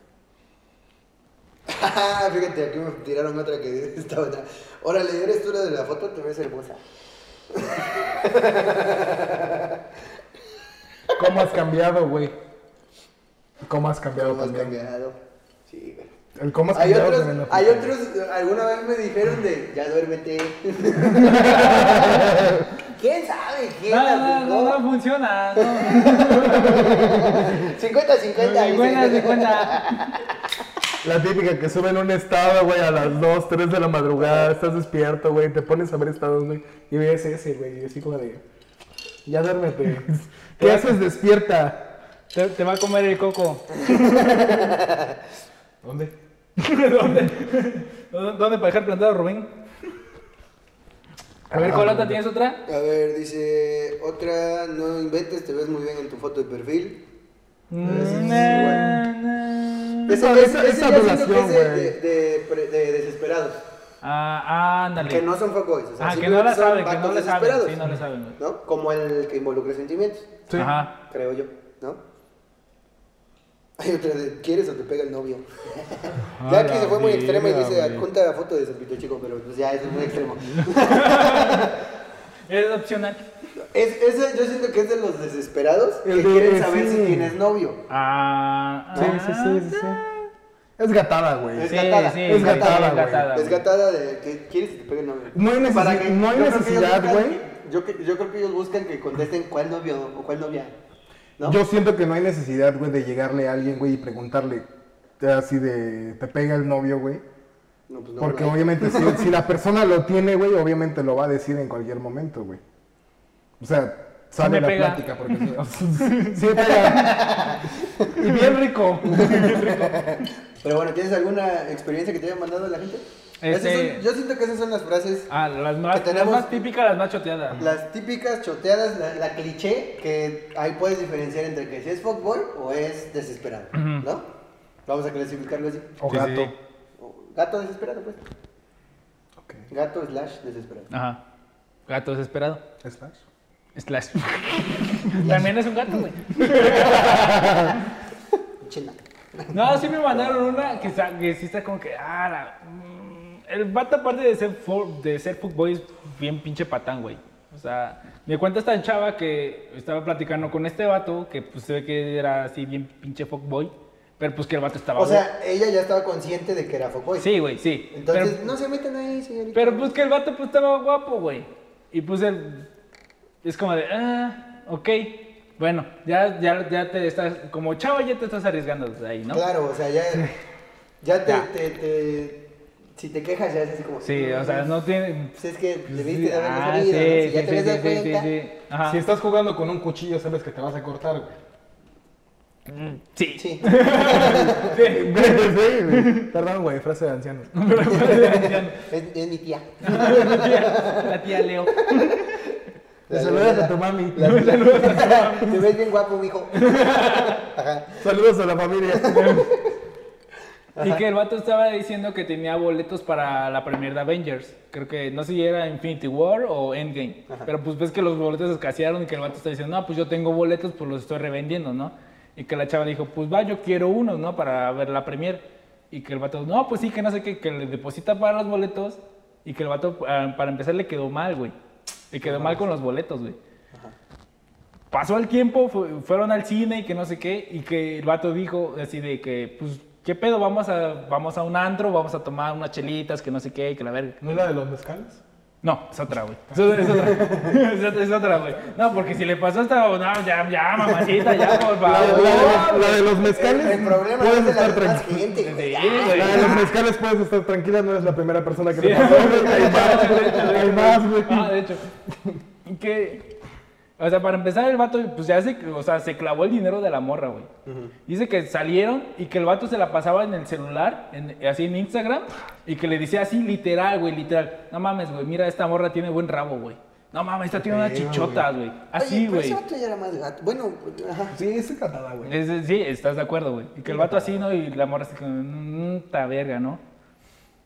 Speaker 1: Ah, fíjate, aquí me tiraron otra que esta otra. Órale, eres tú la de la foto, te ves hermosa.
Speaker 4: ¿Cómo has cambiado, güey? ¿Cómo has cambiado
Speaker 1: ¿Cómo has
Speaker 4: también?
Speaker 1: cambiado? Sí, güey.
Speaker 4: El cómo has
Speaker 1: Hay
Speaker 4: cambiado
Speaker 1: otros,
Speaker 4: también lo
Speaker 1: hay
Speaker 4: aplica.
Speaker 1: otros, alguna vez me dijeron de, ya duérmete. ¿Quién sabe? ¿Quién
Speaker 2: No,
Speaker 1: la
Speaker 2: no, no,
Speaker 1: aplicó?
Speaker 2: no funciona. No,
Speaker 1: 50, 50. dice.
Speaker 2: buena, de cuenta.
Speaker 4: La típica que suben un estado, güey, a las 2, 3 de la madrugada, estás despierto, güey, te pones a ver estados, güey, y ves ese, güey, y así como de, ya duérmete. ¿Qué haces despierta?
Speaker 2: Te, te va a comer el coco.
Speaker 4: ¿Dónde?
Speaker 2: ¿Dónde? ¿Dónde para dejar plantado a Rubén? A ver,
Speaker 1: Ah,
Speaker 2: Colota, ¿tienes otra?
Speaker 1: A ver, dice otra, no inventes, te ves muy bien en tu foto de perfil.
Speaker 2: Na, na.
Speaker 1: Ese,
Speaker 4: Esa-
Speaker 1: ese-
Speaker 4: esa-
Speaker 1: ese
Speaker 4: esa
Speaker 1: ya siento que
Speaker 4: relación,
Speaker 1: es de,
Speaker 4: güey.
Speaker 1: de- de pre- de desesperados,
Speaker 2: Ah, ándale.
Speaker 1: que no son fuckboys. O sea,
Speaker 2: ah, que no
Speaker 1: simplemente
Speaker 2: la
Speaker 1: son
Speaker 2: saben, que no
Speaker 1: vatos
Speaker 2: la saben.
Speaker 1: desesperados.
Speaker 2: Sí, no la saben, güey.
Speaker 1: ¿no? Como el que involucra sentimientos,
Speaker 4: Sí.
Speaker 2: Ajá.
Speaker 1: creo yo, ¿no? Hay otra de, ¿quieres o te pega el novio? ya
Speaker 4: A
Speaker 1: aquí
Speaker 4: la
Speaker 1: se fue muy extrema y
Speaker 4: verga,
Speaker 1: dice,
Speaker 4: güey.
Speaker 1: adjunta la foto de Zapito Chico, pero pues ya, eso es muy extremo.
Speaker 2: Es opcional.
Speaker 1: es, ese yo siento que es de los desesperados
Speaker 4: El
Speaker 1: que
Speaker 4: de-
Speaker 1: quieren saber
Speaker 4: sí.
Speaker 1: si tienes novio.
Speaker 2: Ah,
Speaker 4: Sí,
Speaker 2: ah,
Speaker 4: sí, sí, sí, sí. Es gatada, güey.
Speaker 1: Es gatada,
Speaker 4: es gatada, güey.
Speaker 1: Es gatada de que quieres que te pegue el novio.
Speaker 4: No hay necesi-
Speaker 1: Para que-
Speaker 4: no
Speaker 1: yo creo
Speaker 4: hay
Speaker 1: que ellos
Speaker 4: necesidad,
Speaker 1: buscan-
Speaker 4: güey.
Speaker 1: Yo, que- yo creo que ellos buscan que contesten cuál novio o cuál novia. ¿No?
Speaker 4: Yo siento que no hay necesidad, güey, de llegarle a alguien, güey, y preguntarle eh, así de, ¿te pega el novio, güey?
Speaker 1: No, pues no,
Speaker 4: Porque
Speaker 1: no.
Speaker 4: obviamente si, si la persona lo tiene, güey, obviamente lo va a decir en cualquier momento, güey. O sea,
Speaker 2: Me
Speaker 4: sale la
Speaker 2: pega.
Speaker 4: plática porque sí, sí me pega.
Speaker 2: Y bien rico.
Speaker 1: Pero bueno, ¿tienes alguna experiencia que te haya mandado la gente?
Speaker 2: Este-
Speaker 1: Esas son- yo siento que esas son las frases,
Speaker 2: Ah, las
Speaker 1: Que
Speaker 2: más, las
Speaker 1: tenemos-
Speaker 2: más típicas, las más choteadas.
Speaker 1: las típicas choteadas, la, la cliché, que ahí puedes diferenciar entre que si es fuckboy o es desesperado, ¿no? Vamos a clasificarlo así.
Speaker 4: O
Speaker 2: Sí,
Speaker 4: gato.
Speaker 2: sí.
Speaker 1: O Gato desesperado, pues.
Speaker 4: Ok.
Speaker 1: Gato slash desesperado.
Speaker 2: Ajá. Gato desesperado.
Speaker 4: ¿Estás?
Speaker 2: Slash. También es un gato, güey.
Speaker 1: Chela.
Speaker 2: No, sí me mandaron una que, está- que sí está como que. Ah, la- mm, el vato, aparte de ser, for- de ser fuckboy, es bien pinche patán, güey. O sea, me cuenta esta chava que estaba platicando con este vato, que pues se ve que era así bien pinche fuckboy, pero pues que el vato estaba.
Speaker 1: O sea, ella ya estaba consciente de que era fuckboy.
Speaker 2: guapo. sí, güey, sí.
Speaker 1: Entonces,
Speaker 2: Pero-
Speaker 1: no se metan ahí, señorita.
Speaker 2: Pero pues que el vato pues estaba guapo, güey. Y pues él es como de, ah, ok. Bueno, ya, ya, ya te estás, como chavo ya te estás arriesgando desde ahí, ¿no?
Speaker 1: Claro, o sea, ya, ya, te,
Speaker 2: Ya.
Speaker 1: Te, te- si te quejas ya es así como...
Speaker 2: Sí, o sea, no tiene...
Speaker 1: Pues es que debiste
Speaker 2: Sí,
Speaker 1: de haberme
Speaker 2: ah,
Speaker 1: salido, ¿no?
Speaker 2: sí,
Speaker 1: si ya
Speaker 2: sí,
Speaker 1: te
Speaker 2: sí,
Speaker 1: habías dado
Speaker 2: sí, sí,
Speaker 1: cuenta.
Speaker 2: sí, Ajá.
Speaker 4: Si estás jugando con un cuchillo, sabes que te vas a cortar, güey.
Speaker 2: Mm, Sí.
Speaker 1: Sí.
Speaker 4: Sí, güey. Perdón, güey, frase de anciano.
Speaker 2: pues,
Speaker 1: Es, es mi tía.
Speaker 2: La tía Leo.
Speaker 4: Te saludas a tu mami.
Speaker 1: Te ves bien guapo, mijo.
Speaker 4: Saludos a la familia.
Speaker 2: Y que el vato estaba diciendo que tenía boletos para la premier de Avengers. Creo que no sé si era Infinity War o Endgame. Pero pues ves que los boletos escasearon y que el vato está diciendo, no, pues yo tengo boletos, pues los estoy revendiendo, ¿no? Y que la chava dijo, pues va, yo quiero uno, ¿no? Para ver la premier. Y que el vato, no, pues sí, que no sé qué, que le deposita para los boletos. Y que el vato, ah, para empezar, le quedó mal, güey. Le quedó mal con los boletos, güey. Pasó el tiempo, fu- fueron al cine y que no sé qué, y que el vato dijo así de que, pues, ¿qué pedo? Vamos a, vamos a un antro, vamos a tomar unas chelitas, que no sé qué, que la verga.
Speaker 4: ¿No es la de los mezcales?
Speaker 2: No, es otra, güey. Es otra, es otra. Es otra- es otra, güey. No, porque si le pasó hasta, no, ya, ya, mamacita, ya, por
Speaker 4: La,
Speaker 2: favor.
Speaker 4: la de, la de los
Speaker 1: El,
Speaker 4: mezcales.
Speaker 1: el problema
Speaker 4: puedes
Speaker 1: es de la
Speaker 4: estar
Speaker 1: demás
Speaker 4: tranquila.
Speaker 1: gente, güey.
Speaker 2: Sí,
Speaker 1: Ya.
Speaker 2: güey.
Speaker 4: La de los mezcales puedes estar tranquila, no eres la primera persona que le
Speaker 2: Sí.
Speaker 4: pasó. güey. Hay más, güey. Hay más, güey.
Speaker 2: Ah, de hecho. Que. O sea, para empezar, el vato, pues ya se, o sea, se clavó el dinero de la morra, güey. Dice que salieron y que el vato se la pasaba en el celular, en- así en Instagram, y que le decía así, literal, güey, literal. No mames, güey, mira, esta morra tiene buen rabo, güey. No mames, esta tiene unas
Speaker 4: pedo,
Speaker 2: chichotas, güey. Así,
Speaker 1: Oye, pero
Speaker 2: güey.
Speaker 1: ese vato ya era más gato. Bueno, ajá.
Speaker 4: Sí, es encantada, güey.
Speaker 2: Es- es- sí, estás de acuerdo, güey. Y que el vato así, ¿no? Y la morra así como, mmm, ta verga, ¿no?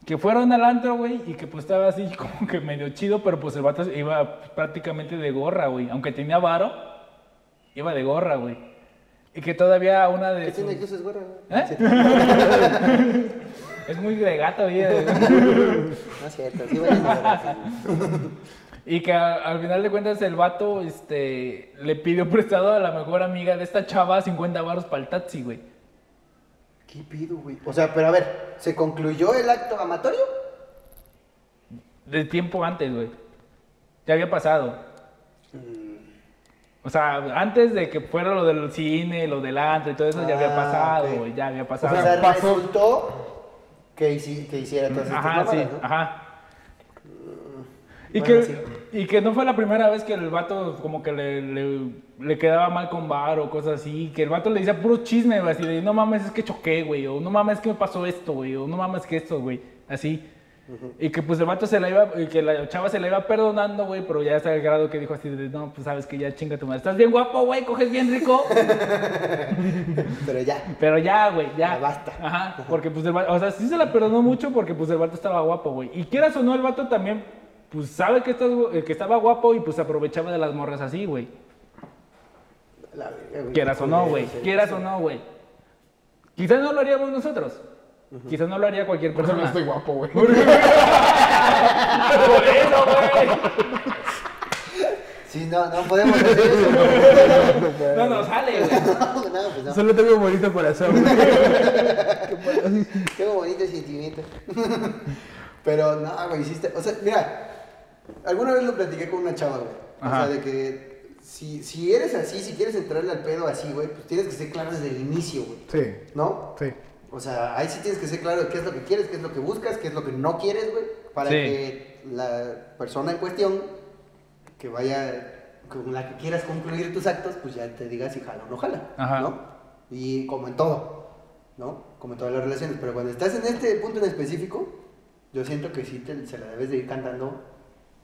Speaker 2: Que fueron al antro, güey, y que pues estaba así como que medio chido, pero pues el vato iba prácticamente de gorra, güey. Aunque tenía varo, iba de gorra, güey. Y que todavía una de
Speaker 1: Que tiene
Speaker 2: sus-
Speaker 1: cruces, güey.
Speaker 2: ¿Eh? Es muy de gato, güey.
Speaker 1: No es cierto, sí, güey. es verdad, sí.
Speaker 2: Y que a- al final de cuentas el vato este, le pidió prestado a la mejor amiga de esta chava 50 varos para el taxi, güey.
Speaker 1: ¿Qué pido, güey? O sea, pero a ver, ¿se concluyó el acto amatorio?
Speaker 2: De tiempo antes, güey. Ya había pasado.
Speaker 1: Mm.
Speaker 2: O sea, antes de que fuera lo del cine, lo del antro y todo eso, ya había
Speaker 1: Ah,
Speaker 2: pasado,
Speaker 1: ok.
Speaker 2: güey. Ya había
Speaker 1: O
Speaker 2: pasado.
Speaker 1: sea,
Speaker 4: pasó.
Speaker 1: resultó que, hici- que hiciera todas estas
Speaker 2: ajá, sí,
Speaker 1: mamadas, ¿no?
Speaker 2: ajá. Y,
Speaker 1: Bueno,
Speaker 2: que,
Speaker 1: sí.
Speaker 2: y que no fue la primera vez que el vato como que le, le- le quedaba mal con bar o cosas así. Que el vato le decía puro chisme, güey, así de no mames, es que choqué, güey. O no mames, que me pasó esto, güey. O no mames, que esto, güey. Así. Y que pues el vato se la iba, y que la chava se la iba perdonando, güey, pero ya hasta el grado que dijo así de, no, pues sabes que ya chinga tu madre, estás bien guapo, güey, coges bien rico,
Speaker 1: Pero ya.
Speaker 2: pero ya, güey, ya.
Speaker 1: Ya basta.
Speaker 2: Ajá, porque pues el vato, o sea, sí se la perdonó mucho porque pues el vato estaba guapo, güey. Y quieras o no, el vato también, pues sabe que, estás gu- eh, que estaba guapo y pues aprovechaba de las morras así, güey.
Speaker 1: La verga, güey.
Speaker 2: Quieras o no, güey.
Speaker 1: Sí,
Speaker 2: Quieras
Speaker 1: sí.
Speaker 2: o no, güey. Quizás no lo haríamos nosotros. Quizás no lo haría cualquier
Speaker 4: Por eso no
Speaker 2: persona.
Speaker 4: estoy guapo, güey.
Speaker 2: Por eso, güey.
Speaker 1: Sí, no, no podemos hacer eso.
Speaker 2: No nos sale, güey.
Speaker 1: No, no, pues no.
Speaker 5: Solo tengo un bonito corazón. güey.
Speaker 1: Tengo bonito sentimiento. Pero no, güey, hiciste. O sea, mira, alguna vez lo platiqué con una chava, güey. O
Speaker 2: Ajá.
Speaker 1: sea, de que si, si eres así, si quieres entrarle al pedo así, güey, pues tienes que ser claro desde el inicio, güey.
Speaker 5: Sí,
Speaker 1: ¿No?
Speaker 5: sí.
Speaker 1: O sea, ahí sí tienes que ser claro de qué es lo que quieres, qué es lo que buscas, qué es lo que no quieres, güey. Para
Speaker 2: Sí.
Speaker 1: que la persona en cuestión, que vaya, con la que quieras concluir tus actos, pues ya te diga si jala o no jala,
Speaker 2: Ajá.
Speaker 1: ¿no? Y como en todo, ¿no? Como en todas las relaciones. Pero cuando estás en este punto en específico, yo siento que sí te- se la debes de ir cantando,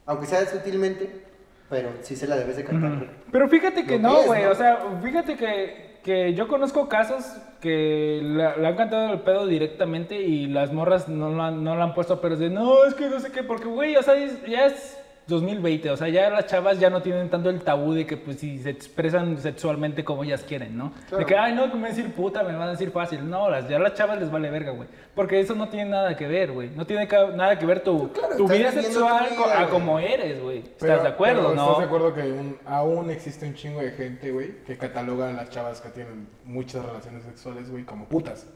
Speaker 1: aunque sea sutilmente, pero sí se la debes de cantar. güey.
Speaker 2: Pero fíjate
Speaker 1: Lo que
Speaker 2: que no,
Speaker 1: es,
Speaker 2: güey.
Speaker 1: ¿no?
Speaker 2: O sea, fíjate que, que yo conozco casos que la- le han cantado el pedo directamente y las morras no lo han, no lo han puesto a pedos de no, es que no sé qué, porque, güey, o sea, es- ya es 2020. O sea, ya las chavas ya no tienen tanto el tabú de que, pues, si se expresan sexualmente como ellas quieren, ¿no? De
Speaker 1: Claro.
Speaker 2: que, ay, no, que me van a decir puta, me van a decir fácil. No, las, ya las chavas les vale verga, güey. Porque eso no tiene nada que ver, güey. No tiene ca- nada que ver tu,
Speaker 1: Claro,
Speaker 2: tu
Speaker 1: estás
Speaker 2: vida
Speaker 1: viviendo tu
Speaker 2: sexual
Speaker 1: vida,
Speaker 2: co- a
Speaker 1: güey.
Speaker 2: como eres, güey. ¿Estás
Speaker 4: Pero-
Speaker 2: de acuerdo,
Speaker 4: pero
Speaker 2: no?
Speaker 4: ¿Estás de acuerdo que aún, aún existe un chingo de gente, güey, que cataloga a las chavas que tienen muchas relaciones sexuales, güey, como putas?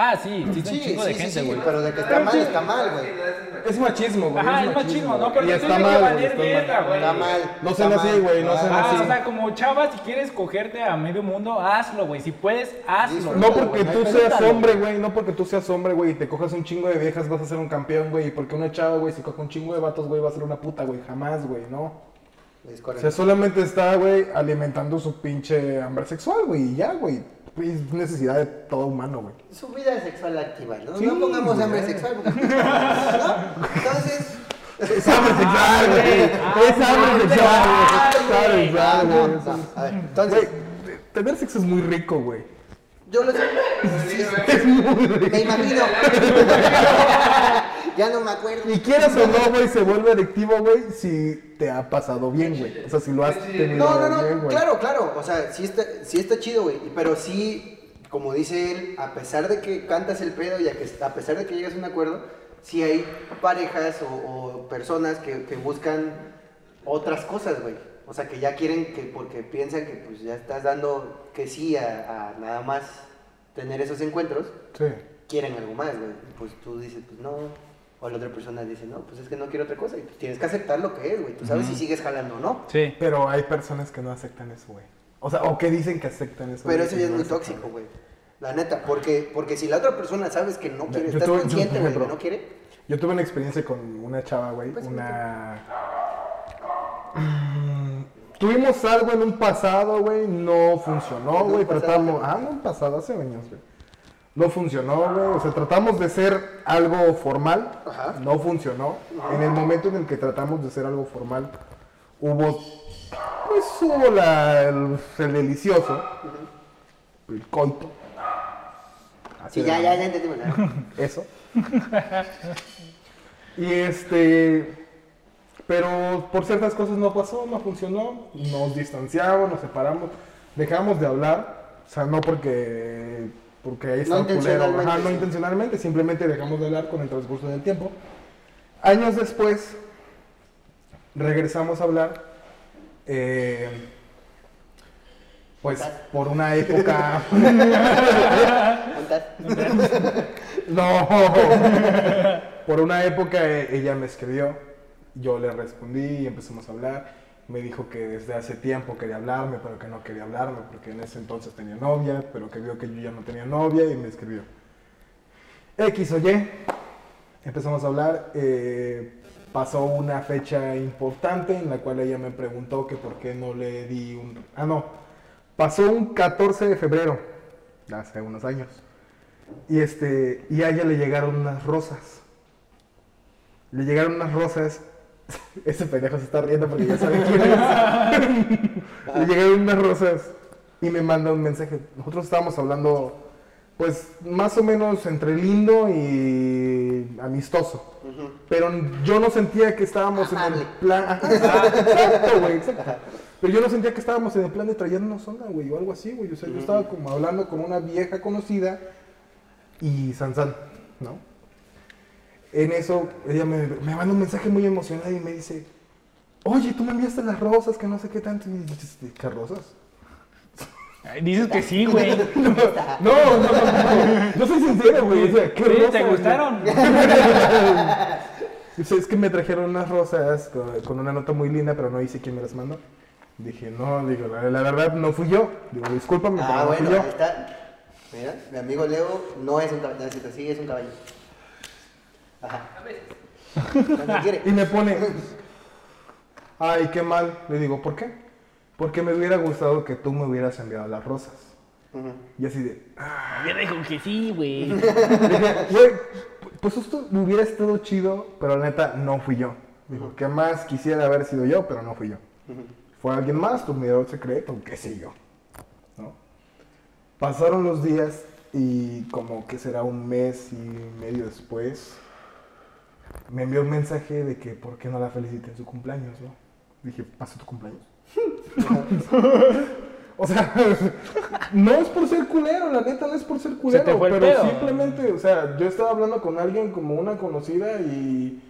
Speaker 2: Ah, sí, existe un chingo de gente, güey.
Speaker 1: pero de que está mal, está mal, güey.
Speaker 4: Es machismo, güey.
Speaker 2: Ajá, es machismo, ¿no? Pero
Speaker 4: y
Speaker 2: no
Speaker 4: está
Speaker 2: tiene
Speaker 4: mal,
Speaker 2: que
Speaker 4: güey.
Speaker 2: valer
Speaker 4: Está mal.
Speaker 2: verga, güey.
Speaker 1: Está mal.
Speaker 4: No
Speaker 1: está
Speaker 4: sean así,
Speaker 1: mal.
Speaker 4: güey, no sean
Speaker 2: Ah,
Speaker 4: así.
Speaker 2: o sea, como chava, si quieres cogerte a medio mundo, hazlo, güey. Si puedes, hazlo.
Speaker 1: Disfruta,
Speaker 4: No porque
Speaker 1: güey,
Speaker 4: tú
Speaker 1: disfrútalo.
Speaker 4: seas hombre, güey, no porque tú seas hombre, güey, y te cojas un chingo de viejas vas a ser un campeón, güey, y porque una chava, güey, se coja un chingo de vatos, güey, va a ser una puta, güey, jamás, güey, no.
Speaker 1: Es
Speaker 4: O
Speaker 1: correcto.
Speaker 4: sea, solamente está, güey, alimentando su pinche hambre sexual, güey, y ya, güey. Güey, Es necesidad de todo humano, güey.
Speaker 1: su vida sexual activa. No,
Speaker 4: Sí,
Speaker 1: no pongamos
Speaker 3: pues,
Speaker 4: güey.
Speaker 1: hambre sexual. porque- ¿no? Entonces,
Speaker 4: Es hambre
Speaker 1: Ah,
Speaker 4: sexual, Ah, güey. Es hambre sexual, güey. Es hambre
Speaker 1: ah,
Speaker 4: sexual,
Speaker 1: no,
Speaker 4: güey.
Speaker 1: no, a ver,
Speaker 4: Güey,
Speaker 1: entonces
Speaker 4: te- tener sexo es muy rico, güey.
Speaker 1: yo lo
Speaker 3: Sí, güey.
Speaker 1: me imagino. ya no me acuerdo.
Speaker 4: Y quieras o no, güey, se vuelve adictivo, güey, si te ha pasado bien, güey. O sea, si lo has tenido
Speaker 1: No, no,
Speaker 4: bien,
Speaker 1: no,
Speaker 4: güey.
Speaker 1: claro, claro. O sea, sí está, sí está chido, güey. Pero sí, como dice él, a pesar de que cantas el pedo y a, que, a pesar de que llegas a un acuerdo, sí hay parejas o, o personas que, que buscan otras cosas, güey. O sea, que ya quieren que, porque piensan que pues ya estás dando que sí a, a nada más tener esos encuentros,
Speaker 4: Sí.
Speaker 1: quieren algo más, güey. Y, Pues tú dices, pues no. O la otra persona dice, no, pues es que no quiero otra cosa. Y pues tienes que aceptar lo que es, güey. Tú sabes si sigues jalando o no.
Speaker 2: Sí.
Speaker 4: Pero hay personas que no aceptan eso, güey. O sea, o que dicen que aceptan eso.
Speaker 1: Pero
Speaker 4: güey,
Speaker 1: eso
Speaker 4: que
Speaker 1: ya es
Speaker 4: no
Speaker 1: muy
Speaker 4: aceptan.
Speaker 1: tóxico, güey. La neta, porque, porque si la otra persona sabes que no quiere,
Speaker 4: Yo
Speaker 1: estás
Speaker 4: tuve- yo,
Speaker 1: consciente,
Speaker 4: por
Speaker 1: güey, de que
Speaker 4: ejemplo,
Speaker 1: no quiere.
Speaker 4: Yo tuve una experiencia con una chava, güey.
Speaker 1: Pues,
Speaker 4: una. Mm, Tuvimos algo en un pasado, güey. No funcionó,
Speaker 1: En un
Speaker 4: güey.
Speaker 1: pasado,
Speaker 4: Tratamos.
Speaker 1: güey.
Speaker 4: Ah, no, un pasado hace años, güey. No funcionó, güey. O sea, tratamos de ser algo formal.
Speaker 1: Ajá.
Speaker 4: No funcionó. En el momento en el que tratamos de ser algo formal, hubo. Pues hubo la, el, el delicioso. El coito.
Speaker 1: Sí,
Speaker 4: Así de
Speaker 1: ya,
Speaker 4: la-
Speaker 1: ya, ya entendimos. ¿no?
Speaker 4: eso. y este. Pero por ciertas cosas no pasó, no funcionó. Nos distanciamos, nos separamos, dejamos de hablar. O sea, no porque. Porque ahí está
Speaker 1: No
Speaker 4: el culero,
Speaker 1: intencionalmente,
Speaker 4: ajá, no
Speaker 1: sí.
Speaker 4: intencionalmente, simplemente dejamos de hablar con el transcurso del tiempo. Años después, regresamos a hablar. eh, pues por una época.
Speaker 1: Contar.
Speaker 4: No. Por una época eh, ella me escribió, yo le respondí y empezamos a hablar. Me dijo que desde hace tiempo quería hablarme, pero que no quería hablarme porque en ese entonces tenía novia, pero que vio que yo ya no tenía novia y me escribió. X o Y. Empezamos a hablar. eh, pasó una fecha importante en la cual ella me preguntó que por qué no le di un... Ah, no. Pasó un 14 de febrero, hace unos años. Y este, y a ella le llegaron unas rosas. Le llegaron unas rosas. Ese pendejo se está riendo porque ya sabe quién es. le llegaron unas rosas y me manda un mensaje. Nosotros estábamos hablando, pues, más o menos entre lindo y amistoso. Pero yo no sentía que estábamos en el
Speaker 1: Amable.
Speaker 4: plan. Ajá, exacto, güey, exacto. Pero yo no sentía que estábamos en el plan de trayéndonos onda, güey, o algo así, güey. O sea, yo estaba como hablando con una vieja conocida y Sansan, ¿no? En eso, ella me, me manda un mensaje muy emocionado y me dice, Oye, tú me enviaste las rosas, que no sé qué tanto. Y dices, ¿qué rosas?
Speaker 2: Ay, Dices que sí, güey.
Speaker 4: No, no, no, no, no soy sincero, güey. O sea, ¿qué
Speaker 2: Sí, ¿Te
Speaker 4: rosas,
Speaker 2: gustaron?
Speaker 4: Dice, es que me trajeron unas rosas con, con una nota muy linda, pero no hice quién me las mandó. Dije, no, digo, la, la verdad no fui yo. Digo, discúlpame,
Speaker 1: Ah,
Speaker 4: pero
Speaker 1: bueno,
Speaker 4: no
Speaker 1: ahí
Speaker 4: fui yo.
Speaker 1: está. Mira, mi amigo Leo no es un caballo, necesita, sí, es un caballo. Ajá.
Speaker 3: A veces.
Speaker 1: Cuando quiere.
Speaker 4: Y me pone, ay, qué mal. Le digo, ¿por qué? Porque me hubiera gustado que tú me hubieras enviado las rosas.
Speaker 1: Ujú.
Speaker 4: Y así de,
Speaker 2: Ya dijo que sí, güey.
Speaker 4: Dije, "Güey, pues esto me hubiera estado chido, pero la neta no fui yo. Dijo, ¿qué más quisiera haber sido yo, pero no fui yo? Fue alguien más, tu mirador secreto, pues, qué sé yo. ¿no? Pasaron los días y como que será un mes y medio después, me envió un mensaje de que por qué no la felicité en su cumpleaños, ¿no? Dije, ¿pasó tu cumpleaños? o sea, no es por ser culero, la neta no es por ser culero,
Speaker 2: te fue el
Speaker 4: pero
Speaker 2: pedo.
Speaker 4: simplemente, o sea, yo estaba hablando con alguien como una conocida y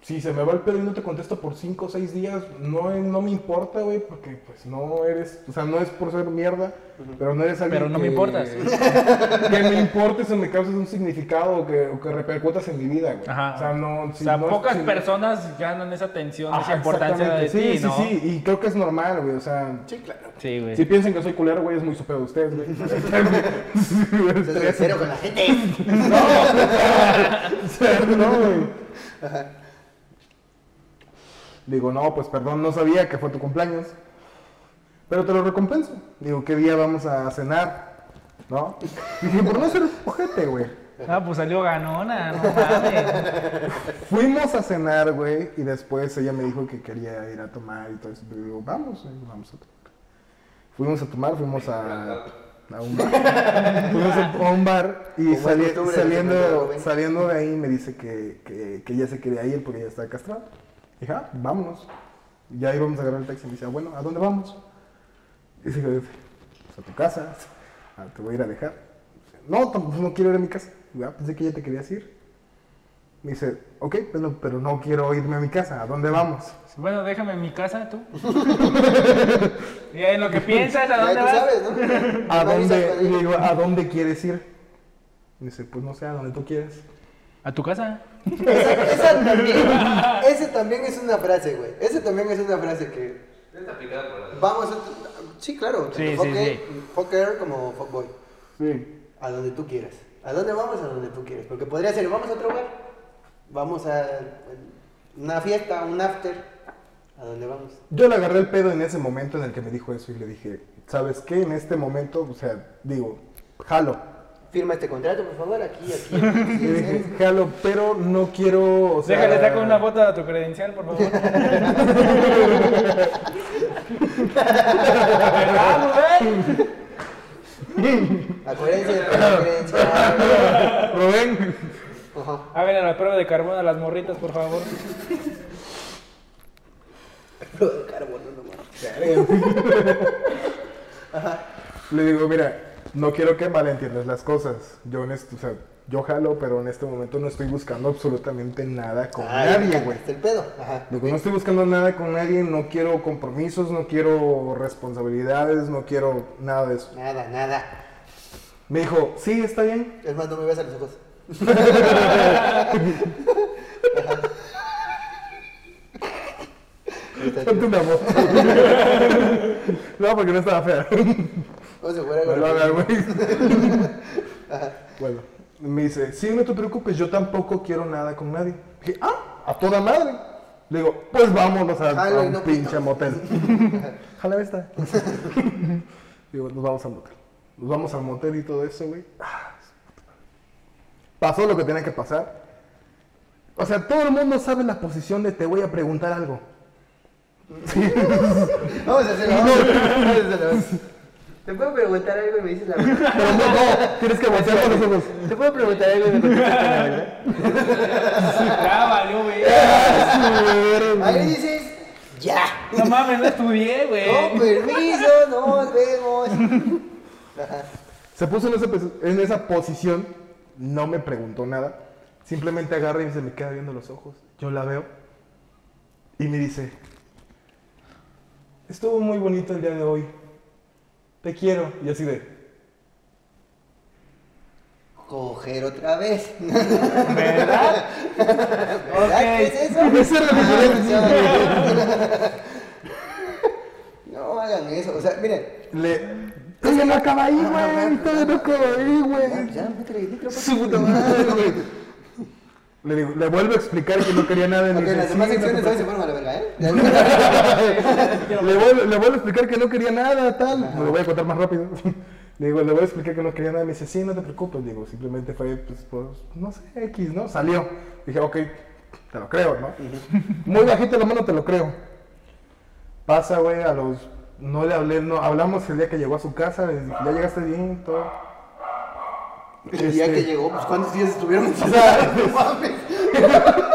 Speaker 4: si se me va el pedo y no te contesto por 5 o 6 días, no, no me importa, güey, porque pues no eres, o sea, no es por ser mierda, pero no eres alguien
Speaker 2: Pero no me
Speaker 4: que-
Speaker 2: importas.
Speaker 4: Que me importes o me causes un significado o que, o que repercutas en mi vida, güey.
Speaker 2: Ajá.
Speaker 4: O sea, no...
Speaker 2: o
Speaker 4: si
Speaker 2: sea,
Speaker 4: no-
Speaker 2: pocas
Speaker 4: si no-
Speaker 2: personas ganan esa atención,
Speaker 4: Ajá,
Speaker 2: esa importancia de
Speaker 4: exactamente.
Speaker 2: ti,
Speaker 4: sí,
Speaker 2: ¿no?
Speaker 4: Sí, sí, y creo que es normal, güey, o sea...
Speaker 1: Sí, claro.
Speaker 2: Sí, güey.
Speaker 4: Si piensan que soy culero, güey, es muy supero de ustedes, güey.
Speaker 1: Eso es grosero con la gente.
Speaker 4: No, güey. Digo, no, pues perdón, no sabía que fue tu cumpleaños. Pero te lo recompenso. Digo, ¿qué día vamos a cenar? ¿No? Dije, por no ser ojete, güey.
Speaker 2: Ah, pues salió ganona, no mames.
Speaker 4: Fuimos a cenar, güey, y después ella me dijo que quería ir a tomar y todo eso. Yo digo, vamos, güey, vamos a tomar. Fuimos a tomar, fuimos a, a un bar. fuimos a a un bar y
Speaker 1: Como es costumbre,
Speaker 4: sali-
Speaker 1: siempre lo
Speaker 4: saliendo,
Speaker 1: ven.
Speaker 4: saliendo de ahí me dice que, que, que ella se quería ir porque ella está castrada. Dije, ah, vámonos. Ya íbamos a agarrar el taxi. Me dice, ah, bueno, ¿a dónde vamos? Y dije, pues a tu casa, Ah, te voy a ir a dejar. No, tampoco no quiero ir a mi casa. Digo, "Ah, pensé que ya te querías ir. Me dice, ok, pero, pero no quiero irme a mi casa, ¿a dónde vamos?
Speaker 2: Bueno, déjame en mi casa, tú. y en lo que piensas, ¿a
Speaker 1: Ya
Speaker 2: dónde
Speaker 1: tú
Speaker 2: vas?
Speaker 1: sabes, ¿no?
Speaker 4: ¿A
Speaker 1: No avisas cuando
Speaker 4: dónde, y le
Speaker 1: llegue.
Speaker 4: digo, ¿a dónde quieres ir? Me dice, pues no sé, a donde tú quieras.
Speaker 2: A tu casa.
Speaker 1: Esa, esa también, esa también es una frase, güey. Esa también es una frase que
Speaker 3: Ya Está picada por algo.
Speaker 1: vamos a... Sí, claro. tanto
Speaker 2: Sí, sí,
Speaker 1: fucker-
Speaker 2: sí.
Speaker 1: fucker como fuckboy.
Speaker 4: Sí.
Speaker 1: A donde tú quieras. ¿A dónde vamos? A donde tú quieras. Porque podría ser, vamos a otro lugar. Vamos a una fiesta, un after. ¿A dónde vamos?
Speaker 4: Yo le agarré el pedo en ese momento en el que me dijo eso y le dije, ¿sabes qué? En este momento, o sea, digo, jalo.
Speaker 1: Firma este contrato, por favor, aquí, aquí. aquí.
Speaker 4: Le dije, jalo, pero no quiero, o sea...
Speaker 2: Déjale, saco una foto de tu credencial, por favor. Vamos, güey.
Speaker 1: Acuérdense de la creencia.
Speaker 4: Rubén.
Speaker 1: Ajá.
Speaker 2: Háganle la prueba de carbón a las morritas, por favor.
Speaker 1: Lo de carbono nomás.
Speaker 4: Le digo, mira, no quiero que malentiendas las cosas. Yo, en este- o sea, yo jalo, pero en este momento no estoy buscando absolutamente nada con
Speaker 1: Ay,
Speaker 4: nadie, güey.
Speaker 1: Está el pedo. Ajá.
Speaker 4: Digo, no estoy buscando nada con nadie, no quiero compromisos, no quiero responsabilidades, no quiero nada de eso.
Speaker 1: Nada, nada.
Speaker 4: Me dijo, sí, está bien.
Speaker 1: Es más, no me veas a los ojos. Está
Speaker 4: Ponte
Speaker 1: chido.
Speaker 4: una voz. no, porque no estaba fea.
Speaker 1: Vamos a jugar algo.
Speaker 4: No lo hagas, güey.
Speaker 1: Ajá.
Speaker 4: Bueno, me dice, sí, no te preocupes, yo tampoco quiero nada con nadie. Dije, ah, a toda madre. Le digo, pues vámonos a, a
Speaker 1: Jalo y
Speaker 4: un
Speaker 1: no
Speaker 4: pinche motel. Jala esta. Digo, nos vamos al motel. Nos vamos al motel y todo eso, güey. Ah, Pasó lo que tenía que pasar. O sea, todo el mundo sabe la posición de te voy a preguntar algo.
Speaker 1: Vamos a hacerlo. Vamos a hacerlo, vamos a hacerlo. ¿Te puedo preguntar algo y me dices la verdad?
Speaker 4: Pero no, no, tienes que voltear con los ojos.
Speaker 1: ¿Te puedo preguntar algo y me contestas la verdad?
Speaker 2: Ya valió, güey.
Speaker 1: Ahí dices, ya.
Speaker 2: No mames, no estudié, güey.
Speaker 1: Con permiso, nos vemos.
Speaker 4: Se puso en esa, pos- en esa posición, no me preguntó nada. Simplemente agarra y se me queda viendo los ojos. Yo la veo. Y me dice, estuvo muy bonito el día de hoy. Te quiero. Y así de,
Speaker 1: Coger otra vez.
Speaker 2: ¿Verdad?
Speaker 1: ¿Verdad que es eso? Ah, No hagan eso. O sea, miren.
Speaker 4: le,
Speaker 6: Todavía no acaba ahí, güey. Todavía no acaba ahí,
Speaker 1: Ya,
Speaker 6: güey.
Speaker 1: ya, métele el micro,
Speaker 4: Su puta madre, güey. Le digo, le vuelvo a explicar que no quería nada en
Speaker 1: Ok, las demás secciones hoy se fueron a la verga, ¿eh? Ya-
Speaker 4: le, vuelvo, le vuelvo a explicar que no quería nada, tal. Me lo voy a contar más rápido. Le digo, le voy a explicar que no quería nada. Me dice, sí, no te preocupes. Le digo, simplemente fue, pues, pues, no sé, X, ¿no? Salió. Dije, ok, te lo creo, ¿no? Muy bajito la mano, te lo creo. Pasa, güey, a los. No le hablé, no. Hablamos el día que llegó a su casa. le dije, Ya llegaste bien, todo.
Speaker 1: El día que
Speaker 4: Este-
Speaker 1: llegó, pues ¿cuántos días estuvieron en su
Speaker 4: O sea,
Speaker 1: casa? No mames. Pues.